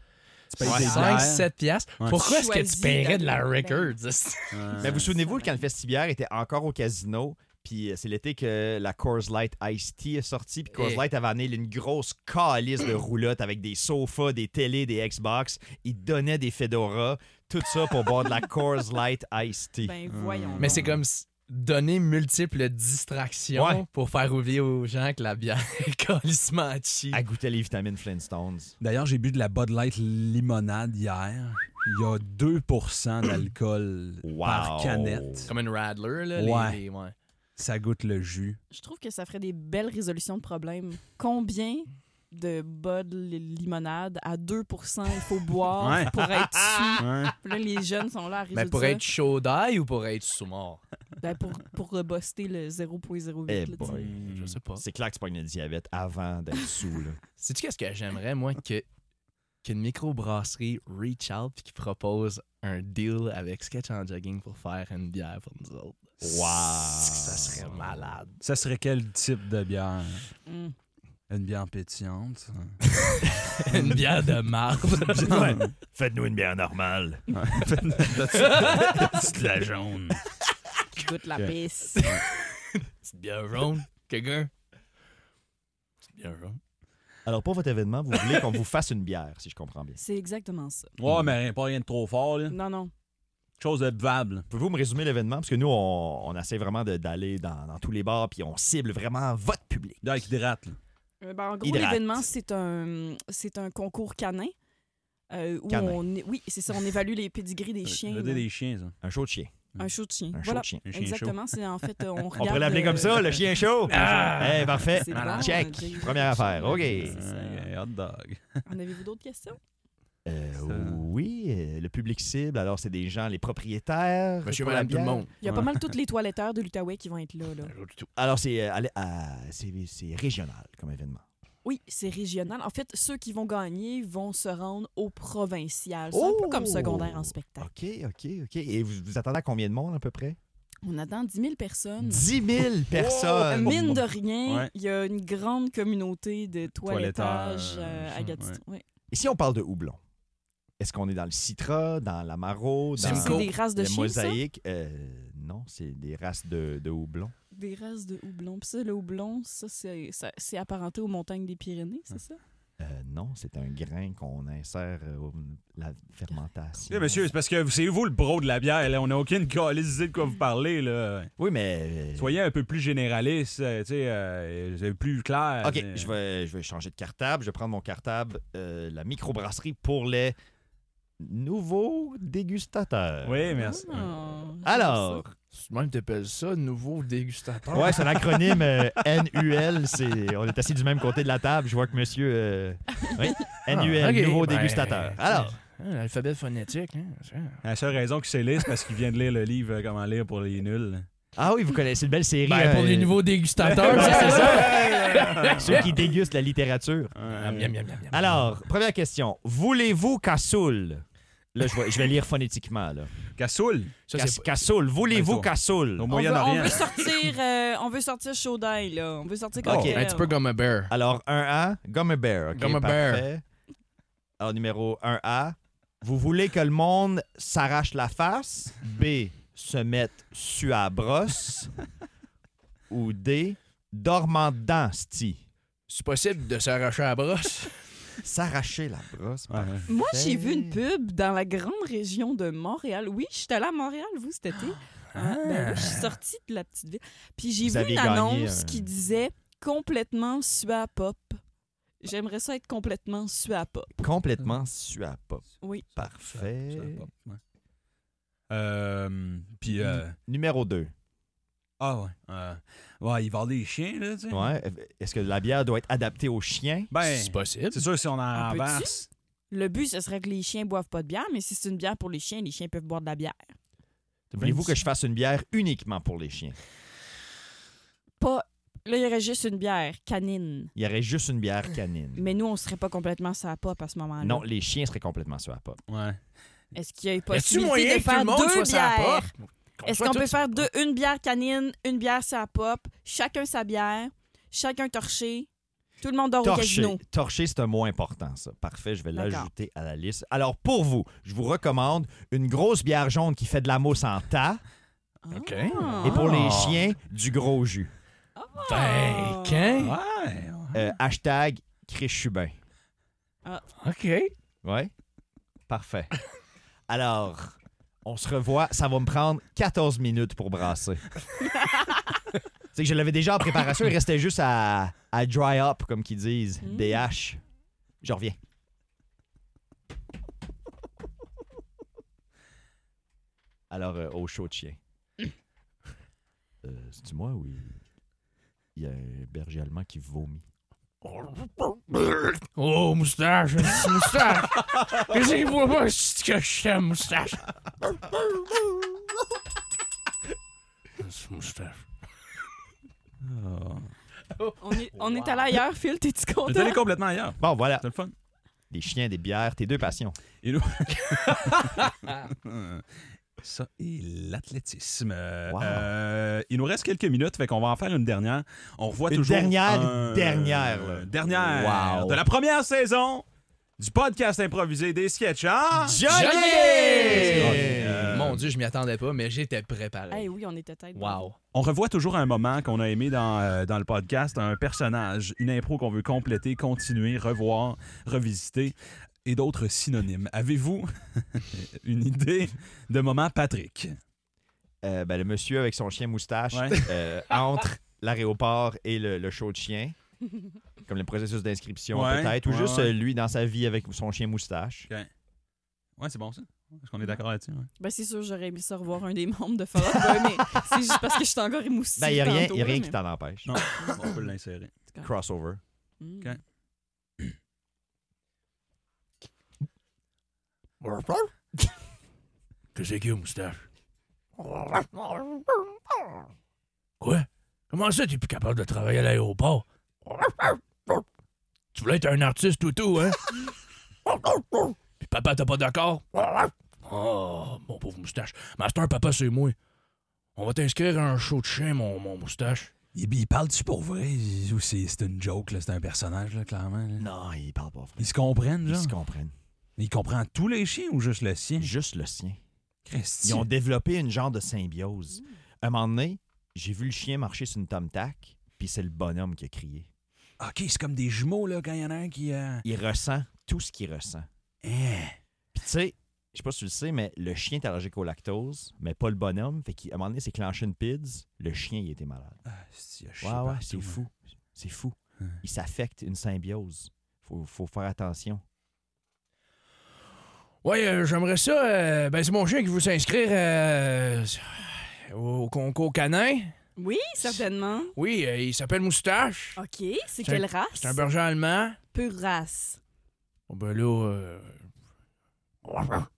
[SPEAKER 1] Tu payes des bières.
[SPEAKER 3] 5-7$. piastres.
[SPEAKER 1] Ouais.
[SPEAKER 3] Pourquoi est-ce que tu
[SPEAKER 4] Choisis
[SPEAKER 3] paierais de la
[SPEAKER 4] d'aller-
[SPEAKER 3] Records?
[SPEAKER 1] Ouais.
[SPEAKER 2] Mais vous souvenez-vous quand le festibière était encore au casino, puis euh, c'est l'été que la Coors Light Ice Tea est sortie, puis Coors
[SPEAKER 3] Eh.
[SPEAKER 2] Light avait amené une grosse calice de roulottes avec des sofas, des télés, des Xbox. Ils donnaient des fedoras, tout ça pour boire de la Coors Light Ice Tea.
[SPEAKER 4] Ben, voyons.
[SPEAKER 3] Mais c'est comme si donner multiples distractions
[SPEAKER 2] Ouais.
[SPEAKER 3] pour faire oublier aux gens que la bière est colissement cheap.
[SPEAKER 2] À goûter les vitamines Flintstones.
[SPEAKER 1] D'ailleurs, j'ai bu de la Bud Light limonade hier. Il y a 2 d'alcool
[SPEAKER 2] Wow.
[SPEAKER 1] par canette.
[SPEAKER 3] Comme une Radler, là.
[SPEAKER 1] Ouais.
[SPEAKER 3] Les, les- ouais.
[SPEAKER 1] Ça goûte le jus.
[SPEAKER 4] Je trouve que ça ferait des belles résolutions de problèmes. Combien de bas de li- limonade à 2 il faut boire
[SPEAKER 1] Ouais.
[SPEAKER 4] pour être sous?
[SPEAKER 1] Ouais.
[SPEAKER 4] Puis Là, les jeunes sont
[SPEAKER 2] Ben,
[SPEAKER 4] là à résoudre
[SPEAKER 3] Mais pour
[SPEAKER 4] ça.
[SPEAKER 3] être chaud d'ail ou pour être sous-mort?
[SPEAKER 4] Ben, pour, pour buster le 0.08.
[SPEAKER 2] Eh
[SPEAKER 4] là, tu sais.
[SPEAKER 2] boy.
[SPEAKER 3] Je sais pas.
[SPEAKER 2] C'est clair que tu pognes le diabète avant d'être sous. Là.
[SPEAKER 3] Sais-tu qu'est-ce que j'aimerais, moi, que qu'une microbrasserie reach out puis qui propose un deal avec Sketch en Jogging pour faire une bière pour nous autres? Ça serait malade.
[SPEAKER 1] Ça serait quel type de bière?
[SPEAKER 4] Mm.
[SPEAKER 1] Une bière pétillante?
[SPEAKER 3] une bière de marde.
[SPEAKER 2] Ouais. Faites-nous une bière normale.
[SPEAKER 1] C'est de la jaune.
[SPEAKER 4] Qui goûte la
[SPEAKER 1] Ok.
[SPEAKER 4] pisse.
[SPEAKER 3] Petite bière jaune. Quelqu'un? Petite bière jaune.
[SPEAKER 2] Alors, pour votre événement, vous voulez qu'on vous fasse une bière, si je comprends bien.
[SPEAKER 4] C'est exactement ça.
[SPEAKER 1] Ouais, mais rien- pas rien de trop fort, là.
[SPEAKER 4] Non, non.
[SPEAKER 1] Chose de buvable.
[SPEAKER 2] Pouvez-vous me résumer l'événement? Parce que nous, on, on essaie vraiment de- d'aller dans, dans tous les bars, puis on cible vraiment votre public.
[SPEAKER 1] D'ailleurs, qui hydrate, là.
[SPEAKER 4] Euh, ben, en gros,
[SPEAKER 2] Hydrate.
[SPEAKER 4] l'événement, c'est un, c'est un concours canin. euh, où
[SPEAKER 2] Canin.
[SPEAKER 4] On, é- oui, c'est ça, on évalue les pédigris des
[SPEAKER 1] Je
[SPEAKER 4] chiens.
[SPEAKER 1] veux
[SPEAKER 4] là.
[SPEAKER 1] dire des chiens, ça.
[SPEAKER 2] Un show de chien.
[SPEAKER 4] Un show de chien.
[SPEAKER 2] Un show
[SPEAKER 4] voilà.
[SPEAKER 2] de chien.
[SPEAKER 1] Un chien
[SPEAKER 4] Exactement, c'est en fait, euh, on
[SPEAKER 2] On
[SPEAKER 4] regarde...
[SPEAKER 2] pourrait l'appeler comme ça,
[SPEAKER 4] euh,
[SPEAKER 2] le chien chaud. Eh, parfait.
[SPEAKER 4] C'est bon,
[SPEAKER 2] Check.
[SPEAKER 4] euh, Jay.
[SPEAKER 2] Première affaire. OK.
[SPEAKER 4] C'est ça.
[SPEAKER 1] Euh, hot dog.
[SPEAKER 4] En avez-vous d'autres questions?
[SPEAKER 2] Euh,
[SPEAKER 1] Ça.
[SPEAKER 2] oui, euh, le public cible, alors c'est des gens, les propriétaires.
[SPEAKER 3] Monsieur,
[SPEAKER 2] pour la
[SPEAKER 3] madame, tout le
[SPEAKER 2] bière.
[SPEAKER 3] monde.
[SPEAKER 4] Il y a pas mal tous les toiletteurs de l'Outaouais qui vont être là. là.
[SPEAKER 2] Alors, c'est euh, allez, à- c'est- c'est régional comme événement.
[SPEAKER 4] Oui, c'est régional. En fait, ceux qui vont gagner vont se rendre au provincial. C'est un peu comme
[SPEAKER 2] Oh!
[SPEAKER 4] secondaire en spectacle.
[SPEAKER 2] OK, OK, OK. Et vous, vous attendez à combien de monde à peu près?
[SPEAKER 4] On attend 10 000 personnes.
[SPEAKER 2] 10 000
[SPEAKER 4] Euh,
[SPEAKER 2] personnes.
[SPEAKER 4] Mine de rien,
[SPEAKER 1] Ouais.
[SPEAKER 4] il y a une grande communauté de
[SPEAKER 1] Toilettage,
[SPEAKER 4] toilettage euh, à
[SPEAKER 1] ouais.
[SPEAKER 4] Gatineau. Ouais.
[SPEAKER 2] Et si on parle de houblon, est-ce qu'on est dans le citra, dans l'amaro, dans
[SPEAKER 4] C'est des races de
[SPEAKER 2] le
[SPEAKER 4] chiens, ça?
[SPEAKER 2] mosaïque? Euh, non, c'est des races de, de houblon.
[SPEAKER 4] Des races de houblon. Puis ça, le houblon, ça, c'est ça- c'est apparenté aux montagnes des Pyrénées, c'est ça?
[SPEAKER 2] Euh, non, c'est un grain qu'on insère euh, au- la fermentation.
[SPEAKER 1] Eh, monsieur, c'est parce que c'est vous le bro de la bière, là. On n'a aucune calice idée de quoi vous parlez, là.
[SPEAKER 2] Oui, mais... euh,
[SPEAKER 1] Soyez un peu plus généraliste, euh, tu sais, euh, euh, plus clair.
[SPEAKER 2] OK,
[SPEAKER 1] Euh,
[SPEAKER 2] je vais, je vais changer de cartable. Je vais prendre mon cartable, euh, la microbrasserie pour les nouveaux dégustateurs.
[SPEAKER 1] Oui, merci.
[SPEAKER 4] Oh,
[SPEAKER 2] Alors,
[SPEAKER 3] Ah, Même t'appelles ça nouveau dégustateur.
[SPEAKER 2] Ouais, c'est l'acronyme euh, NUL. c'est- On est assis du même côté de la table. Je vois que monsieur. euh, oui, NUL,
[SPEAKER 3] Ah, ok.
[SPEAKER 2] nouveau
[SPEAKER 3] Ben,
[SPEAKER 2] dégustateur. Alors,
[SPEAKER 3] Ah, L'alphabet phonétique, hein. ça.
[SPEAKER 1] La seule raison qu'il s'élise, c'est parce qu'il vient de lire le livre euh, Comment lire pour les nuls.
[SPEAKER 2] ah oui, vous connaissez une belle série.
[SPEAKER 3] Ben, pour
[SPEAKER 2] euh,
[SPEAKER 3] les nouveaux dégustateurs, c'est
[SPEAKER 1] Ah,
[SPEAKER 3] ça.
[SPEAKER 2] Ceux qui dégustent la littérature.
[SPEAKER 3] Miam, miam, miam, miam, miam.
[SPEAKER 2] Alors, première question. Voulez-vous Cassoul Là, je vais, je vais lire phonétiquement. Là.
[SPEAKER 1] Cassoul,
[SPEAKER 3] ça,
[SPEAKER 2] Cas-
[SPEAKER 3] c'est pas-
[SPEAKER 2] Cassoul, voulez-vous
[SPEAKER 1] Ben, toi.
[SPEAKER 2] Cassoul
[SPEAKER 1] au
[SPEAKER 4] On veut, on
[SPEAKER 1] Moyen-Orient.
[SPEAKER 4] veut sortir, euh, on veut sortir Chaudin, là. On veut sortir comme
[SPEAKER 2] Ok.
[SPEAKER 3] un petit peu comme un bear.
[SPEAKER 2] Alors, 1A, Gomme a Bear. ok,
[SPEAKER 3] Gomme a Bear.
[SPEAKER 2] parfait. Alors, numéro 1A, vous voulez que le monde s'arrache la face. B, se mette su à brosse. ou D, dormant dedans, sti.
[SPEAKER 3] C'est possible de s'arracher à la brosse.
[SPEAKER 2] S'arracher la brosse.
[SPEAKER 1] Ouais, ouais.
[SPEAKER 4] Moi, j'ai vu une pub dans la grande région de Montréal. Oui, je suis allée à Montréal, vous, cet été. Ah, ben oui, je suis sortie de la petite ville. Puis j'ai
[SPEAKER 2] Vous
[SPEAKER 4] vu
[SPEAKER 2] avez
[SPEAKER 4] une
[SPEAKER 2] gagné
[SPEAKER 4] annonce
[SPEAKER 2] un-
[SPEAKER 4] qui disait complètement sua pop. J'aimerais ça être complètement sua pop.
[SPEAKER 2] Complètement su à pop.
[SPEAKER 4] Oui.
[SPEAKER 1] Ça,
[SPEAKER 2] Parfait.
[SPEAKER 1] ça pop, ouais. Euh, puis, euh,
[SPEAKER 2] Numéro 2.
[SPEAKER 1] ah ouais. euh, ouais, il va des chiens, là, tu sais.
[SPEAKER 2] Ouais. Est-ce que la bière doit être adaptée aux chiens?
[SPEAKER 1] Ben,
[SPEAKER 3] C'est possible.
[SPEAKER 1] c'est sûr, si on en
[SPEAKER 4] Un peu
[SPEAKER 1] renverse.
[SPEAKER 4] Le but, ce serait que les chiens boivent pas de bière, mais si c'est une bière pour les chiens, les chiens peuvent boire de la bière.
[SPEAKER 2] Voulez-vous que je fasse une bière uniquement pour les chiens?
[SPEAKER 4] Pas. Là, il y aurait juste une bière canine.
[SPEAKER 2] Il y aurait juste une bière canine.
[SPEAKER 4] Mais nous, on serait pas complètement sua pop à ce moment-là.
[SPEAKER 2] Non, les chiens seraient complètement sur la pop.
[SPEAKER 1] Ouais.
[SPEAKER 4] Est-ce qu'il y a une
[SPEAKER 3] Y a-tu que
[SPEAKER 4] possibilité de
[SPEAKER 3] tout le
[SPEAKER 4] faire
[SPEAKER 3] monde
[SPEAKER 4] deux
[SPEAKER 3] soit sur la
[SPEAKER 4] bières?
[SPEAKER 3] porte?
[SPEAKER 4] Est-ce
[SPEAKER 3] soit
[SPEAKER 4] qu'on
[SPEAKER 3] tout-
[SPEAKER 4] peut faire deux, une bière canine, une bière sa pop, chacun sa bière, chacun torché, tout le monde dort au
[SPEAKER 2] Torcher.
[SPEAKER 4] casino?
[SPEAKER 2] Torcher, c'est un mot important, ça. Parfait, je vais
[SPEAKER 4] Oh, D'accord.
[SPEAKER 2] l'ajouter à la liste. Alors, pour vous, je vous recommande une grosse bière jaune qui fait de la mousse en tas.
[SPEAKER 3] OK.
[SPEAKER 2] Et pour les
[SPEAKER 3] Ah.
[SPEAKER 2] chiens, du gros jus.
[SPEAKER 4] Oh.
[SPEAKER 3] Ben, qu'un?
[SPEAKER 1] Ouais.
[SPEAKER 2] Euh, hashtag Chris-Chubin.
[SPEAKER 3] OK.
[SPEAKER 2] Ouais? Parfait. Alors, on se revoit, ça va me prendre 14 minutes pour brasser. c'est que je l'avais déjà en préparation, il restait juste à, à dry up, comme qu'ils disent,
[SPEAKER 4] Mm.
[SPEAKER 2] des haches. Je reviens. Alors, euh, au show de chien. Euh, C'est-tu moi ou il- il y a un berger allemand qui vomit?
[SPEAKER 3] Oh, moustache, petit moustache. Qu'est-ce qu'il voit pas c'est que je t'aime, moustache? C'est moustache.
[SPEAKER 4] Ah, On est, on est allé ailleurs, Phil, t'es-tu
[SPEAKER 8] J'étais
[SPEAKER 4] content?
[SPEAKER 8] allé complètement ailleurs.
[SPEAKER 2] Bon, voilà.
[SPEAKER 8] C'était le fun.
[SPEAKER 2] Des chiens, des bières, tes deux passions.
[SPEAKER 8] Et nous- Ça et l'athlétisme. Euh,
[SPEAKER 2] Wow.
[SPEAKER 8] euh, il nous reste quelques minutes, fait qu'on va en faire une dernière. On revoit
[SPEAKER 2] Une
[SPEAKER 8] toujours
[SPEAKER 2] dernière,
[SPEAKER 8] un-
[SPEAKER 2] une dernière, là.
[SPEAKER 8] dernière
[SPEAKER 2] Wow.
[SPEAKER 8] de la première saison du podcast improvisé des sketchs. hein?
[SPEAKER 2] Oh,
[SPEAKER 8] Euh,
[SPEAKER 3] Mon Dieu, je m'y attendais pas, mais j'étais
[SPEAKER 4] Eh
[SPEAKER 3] préparé.
[SPEAKER 4] oui, on était tête.
[SPEAKER 3] Wow.
[SPEAKER 8] On revoit toujours un moment qu'on a aimé dans, euh, dans le podcast, un personnage, une impro qu'on veut compléter, continuer, revoir, revisiter et d'autres synonymes. Avez-vous une idée de moment Patrick?
[SPEAKER 2] Euh, ben, le monsieur avec son chien moustache
[SPEAKER 8] Ouais.
[SPEAKER 2] euh, entre l'aéroport et le, le show de chien. Comme le processus d'inscription,
[SPEAKER 8] Ouais,
[SPEAKER 2] peut-être. Ou
[SPEAKER 8] ouais,
[SPEAKER 2] juste
[SPEAKER 8] ouais.
[SPEAKER 2] euh, lui dans sa vie avec son chien moustache.
[SPEAKER 8] Ouais, c'est bon ça. Est-ce qu'on est d'accord là-dessus? ouais?
[SPEAKER 4] Ben, c'est sûr, j'aurais aimé ça revoir un des membres de Fall Out Boy, mais c'est juste parce que je suis encore émoussée.
[SPEAKER 2] Ben, il n'y a rien,
[SPEAKER 4] tantôt,
[SPEAKER 2] y a rien
[SPEAKER 4] là,
[SPEAKER 2] qui t'en empêche.
[SPEAKER 8] Non,
[SPEAKER 1] Ah!
[SPEAKER 8] on peut l'insérer.
[SPEAKER 2] Crossover.
[SPEAKER 4] mais- Mm.
[SPEAKER 8] Ok.
[SPEAKER 3] Qu'est-ce qu'il y a, moustache? Quoi? Comment ça, t'es plus capable de travailler à l'aéroport? Tu voulais être un artiste toutou, hein? Puis papa, t'es pas d'accord? Oh, mon pauvre moustache. Master, papa, c'est moi. On va t'inscrire à un show de chien, mon, mon moustache.
[SPEAKER 1] Il, il parle-tu pour vrai ou c'est c'est une joke, là, c'est un personnage, là, clairement? là?
[SPEAKER 2] Non, il parle pas vrai.
[SPEAKER 1] Ils se comprennent,
[SPEAKER 2] Ils
[SPEAKER 1] genre?
[SPEAKER 2] se comprennent.
[SPEAKER 1] Mais il comprend tous les chiens ou juste le
[SPEAKER 8] Hein?
[SPEAKER 1] sien?
[SPEAKER 2] Juste le sien.
[SPEAKER 1] Christy.
[SPEAKER 2] Ils ont développé une genre de symbiose. Un moment donné, j'ai vu le chien marcher sur une tom-tac, puis c'est le bonhomme qui a crié.
[SPEAKER 1] OK, c'est comme des jumeaux, là, quand il y en a un qui... euh,
[SPEAKER 2] Il ressent tout ce qu'il ressent.
[SPEAKER 1] eh.
[SPEAKER 2] Puis tu sais, je sais pas si tu le sais, mais le chien est allergique au lactose, mais pas le bonhomme. Fait qu'à un moment donné, c'est clenché une pids, le chien, il était malade.
[SPEAKER 1] Ah, si, je sais
[SPEAKER 2] Ouais, ouais,
[SPEAKER 1] partout,
[SPEAKER 2] c'est
[SPEAKER 1] hein.
[SPEAKER 2] fou. C'est fou.
[SPEAKER 1] Ouais.
[SPEAKER 2] Il s'affecte une symbiose. Faut, faut faire attention.
[SPEAKER 3] Ouais, euh, j'aimerais ça. euh, ben, c'est mon chien qui veut s'inscrire euh, au concours canin.
[SPEAKER 4] Oui, certainement.
[SPEAKER 3] Oui, euh, il s'appelle Moustache.
[SPEAKER 4] OK, c'est
[SPEAKER 3] C'est un-
[SPEAKER 4] quelle race?
[SPEAKER 3] C'est un berger allemand.
[SPEAKER 4] Pure race.
[SPEAKER 3] Bon, ben là. euh,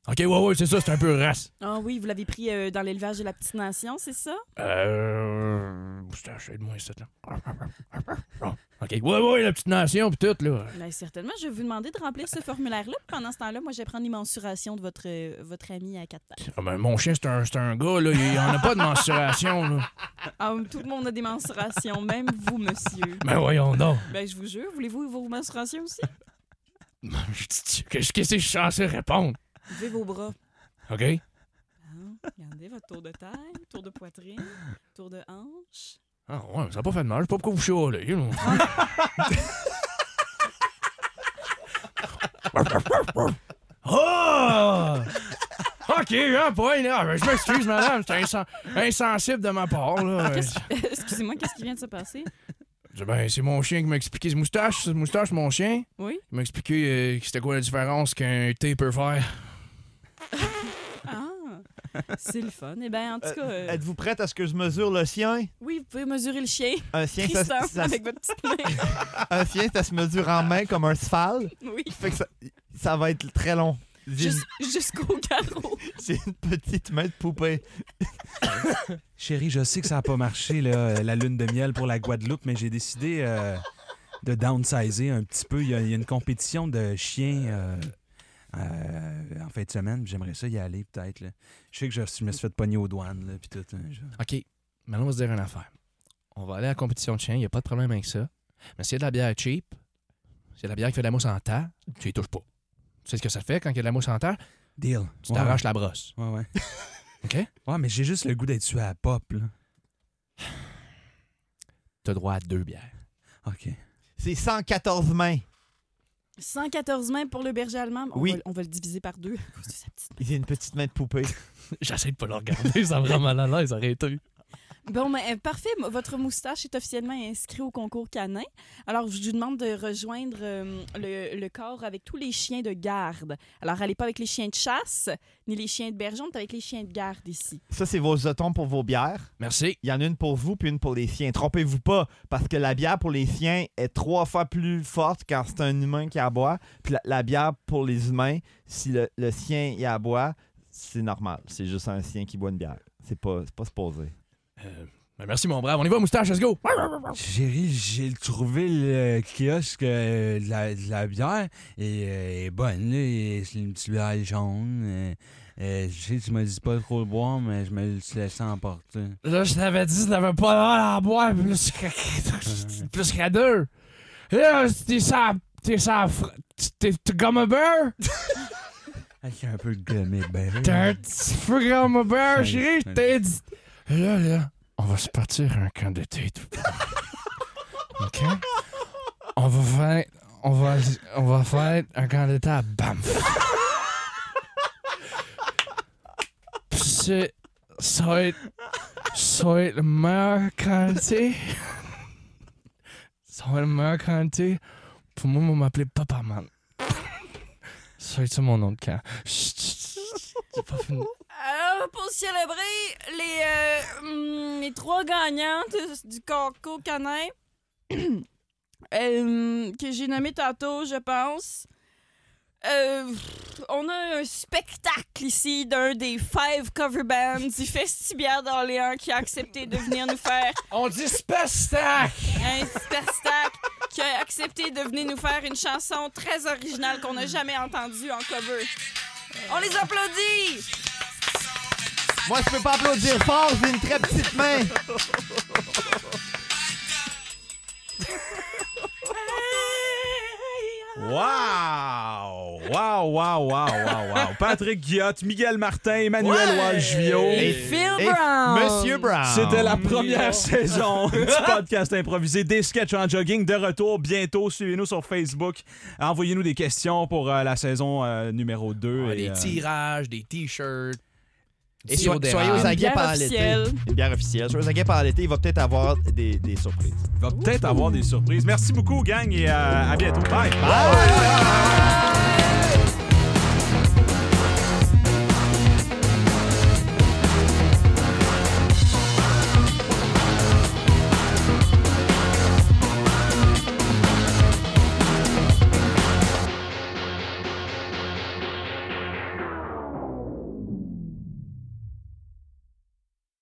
[SPEAKER 3] Ok, ouais, ouais, c'est ça, c'est un peu race.
[SPEAKER 4] Ah oui, vous l'avez pris euh, dans l'élevage de la petite nation, c'est ça?
[SPEAKER 3] Euh. Moustache, aide-moi, cette là. Ok, ouais, ouais, la petite nation, pis tout, là.
[SPEAKER 4] Ben, certainement. Je vais vous demander de remplir ce formulaire-là. puis Pendant ce temps-là, moi, je vais prendre les mensurations de votre, euh, votre ami à quatre pattes.
[SPEAKER 3] Ah, ben, mon chien, c'est un, c'est un gars, là. Il en a pas de mensuration, là.
[SPEAKER 4] Ah, tout le monde a des mensurations, même vous, monsieur.
[SPEAKER 3] Ben, voyons donc.
[SPEAKER 4] Ben, je vous jure, voulez-vous vos mensurations aussi?
[SPEAKER 3] Qu'est-ce que c'est que je suis censé répondre?
[SPEAKER 4] Levez vos bras.
[SPEAKER 3] Ok?
[SPEAKER 4] Ah, regardez votre tour de taille, tour de poitrine, tour de hanche.
[SPEAKER 3] Ah, ouais, mais ça n'a pas fait de mal. Je sais pas pourquoi vous chialez, là. Ah! Ok, un point, là. Ah, ben, Je m'excuse, madame. C'est insen- insensible de ma part, là.
[SPEAKER 4] Excusez-moi, qu'est-ce qui vient de se passer?
[SPEAKER 3] Je dis, Ben, c'est mon chien qui m'a expliqué. C'est moustache, c'est moustache, mon chien.
[SPEAKER 4] Oui?
[SPEAKER 3] Il m'a expliqué euh, c'était quoi la différence qu'un thé peut faire.
[SPEAKER 4] Ah, c'est le fun. Eh bien, en tout cas, euh,
[SPEAKER 2] Êtes-vous prête à ce que je mesure le chien?
[SPEAKER 4] oui, vous pouvez mesurer le chien.
[SPEAKER 2] Un chien, ça,
[SPEAKER 4] Tristan,
[SPEAKER 2] ça-
[SPEAKER 4] avec votre petite main.
[SPEAKER 2] un chien, ça se mesure en main comme un cheval.
[SPEAKER 4] Oui,
[SPEAKER 2] Fait que ça, ça va être très long. J'ai une-
[SPEAKER 4] jus- jusqu'au carreau.
[SPEAKER 2] j'ai une petite main de poupée.
[SPEAKER 1] Chérie, je sais que ça n'a pas marché, là, euh, la lune de miel pour la Guadeloupe, mais j'ai décidé euh, de downsizer un petit peu. Il y a, il y a une compétition de chiens euh, euh, en fin de semaine. puis J'aimerais ça y aller, peut-être. là. Je sais que je, je me suis fait pogner aux douanes, là, puis tout. hein, je-
[SPEAKER 3] OK, maintenant, on va se dire une affaire. On va aller à la compétition de chien, il n'y a pas de problème avec ça. Mais s'il y a de la bière cheap, s'il y a de la bière qui fait de la mousse en terre, tu y touches pas. Tu sais ce que ça fait quand il y a de la mousse en terre?
[SPEAKER 1] Deal.
[SPEAKER 3] Tu
[SPEAKER 1] Ouais,
[SPEAKER 3] t'arraches la brosse.
[SPEAKER 1] Ouais, ouais.
[SPEAKER 3] OK?
[SPEAKER 1] Ouais, mais j'ai juste le goût d'être tué à la pop, là.
[SPEAKER 3] T'as droit à deux bières.
[SPEAKER 1] OK.
[SPEAKER 2] C'est 114 mains.
[SPEAKER 4] 114 mains pour le berger allemand. On,
[SPEAKER 2] Oui.
[SPEAKER 4] va, on va le diviser par deux à cause de sa petite.
[SPEAKER 2] Il y a une petite main de poupée.
[SPEAKER 3] J'essaie de pas le regarder, ça me rend mal à l'aise, arrêtez.
[SPEAKER 4] Bon, ben, euh, parfait. M- Votre moustache est officiellement inscrit au concours canin. Alors, je vous demande de rejoindre euh, le, le corps avec tous les chiens de garde. Alors, allez pas avec les chiens de chasse, ni les chiens de bergeon, mais avec les chiens de garde ici.
[SPEAKER 2] Ça, c'est vos otons pour vos bières.
[SPEAKER 3] Merci.
[SPEAKER 2] Il y en a une pour vous puis une pour les siens. Trompez-vous pas, parce que la bière pour les siens est trois fois plus forte quand c'est un humain qui la boit. Puis la, la bière pour les humains, si le, le sien y la boit, c'est normal. C'est juste un sien qui boit une bière. C'est pas, c'est pas supposé.
[SPEAKER 3] Euh, ben merci, mon brave. On y va, moustache, let's go.
[SPEAKER 9] Chérie, j'ai trouvé le kiosque euh, de, la, de la bière et euh, elle est bonne, là. et C'est une petite bière jaune. euh, euh, je sais, tu m'as dit pas trop le boire, mais je me suis laissé emporter.
[SPEAKER 3] Là, je t'avais dit, tu n'avais pas l'air à boire plus qu'à plus qu'à deux. Là, t'es ça. T'es ça. T'es t'es comme un beurre.
[SPEAKER 9] Ah, j'ai un peu gommé, ben.
[SPEAKER 3] T'es un petit peu comme un beurre, chérie. Je t'ai dit. Là, là, on va se partir à un camp d'été. tout le monde. OK? On va faire. On va, on va faire un camp d'été à Banff. Puis c'est- Ça va être. Ça va être le meilleur camp d'été. Ça va être le meilleur camp d'été. Pour moi, on va m'appeler Papa Man. Ça va être ça mon nom de camp. Chut, chut, chut. J'ai pas fini.
[SPEAKER 4] Alors, Euh, pour célébrer les, euh, hum, les trois gagnantes du concours canin, euh, que j'ai nommé tantôt, je pense, euh, on a un spectacle ici d'un des five cover bands du Festibière d'Orléans qui a accepté de venir nous faire
[SPEAKER 3] On dit Spestac!
[SPEAKER 4] un spectacle, qui a accepté de venir nous faire une chanson très originale qu'on n'a jamais entendue en cover. On les applaudit!
[SPEAKER 2] Moi, je peux pas applaudir fort, j'ai une très petite main.
[SPEAKER 1] Wow! Oh, Wow, wow, wow, wow, wow. Patrick Guillotte, Miguel Martin, Emmanuel
[SPEAKER 3] Ouais.
[SPEAKER 1] Walgevio.
[SPEAKER 4] Et Phil Brown.
[SPEAKER 2] Monsieur Brown.
[SPEAKER 1] C'était la première saison du podcast improvisé des sketchs en jogging. De retour bientôt. Suivez-nous sur Facebook. Envoyez-nous des questions pour euh, la saison euh, numéro 2. et,
[SPEAKER 3] des
[SPEAKER 1] euh,
[SPEAKER 3] tirages, des t-shirts.
[SPEAKER 2] Et
[SPEAKER 3] du sirop
[SPEAKER 2] so-
[SPEAKER 3] d'érable.
[SPEAKER 2] soyez aux aguets
[SPEAKER 4] bière
[SPEAKER 2] pendant l'été.
[SPEAKER 4] officielle.
[SPEAKER 2] Une bière officielle. Soyez aux aguets pendant l'été. Il va peut-être avoir des, des surprises.
[SPEAKER 1] Il va peut-être avoir des surprises. Merci beaucoup, gang, et euh, à bientôt. Bye!
[SPEAKER 2] Bye!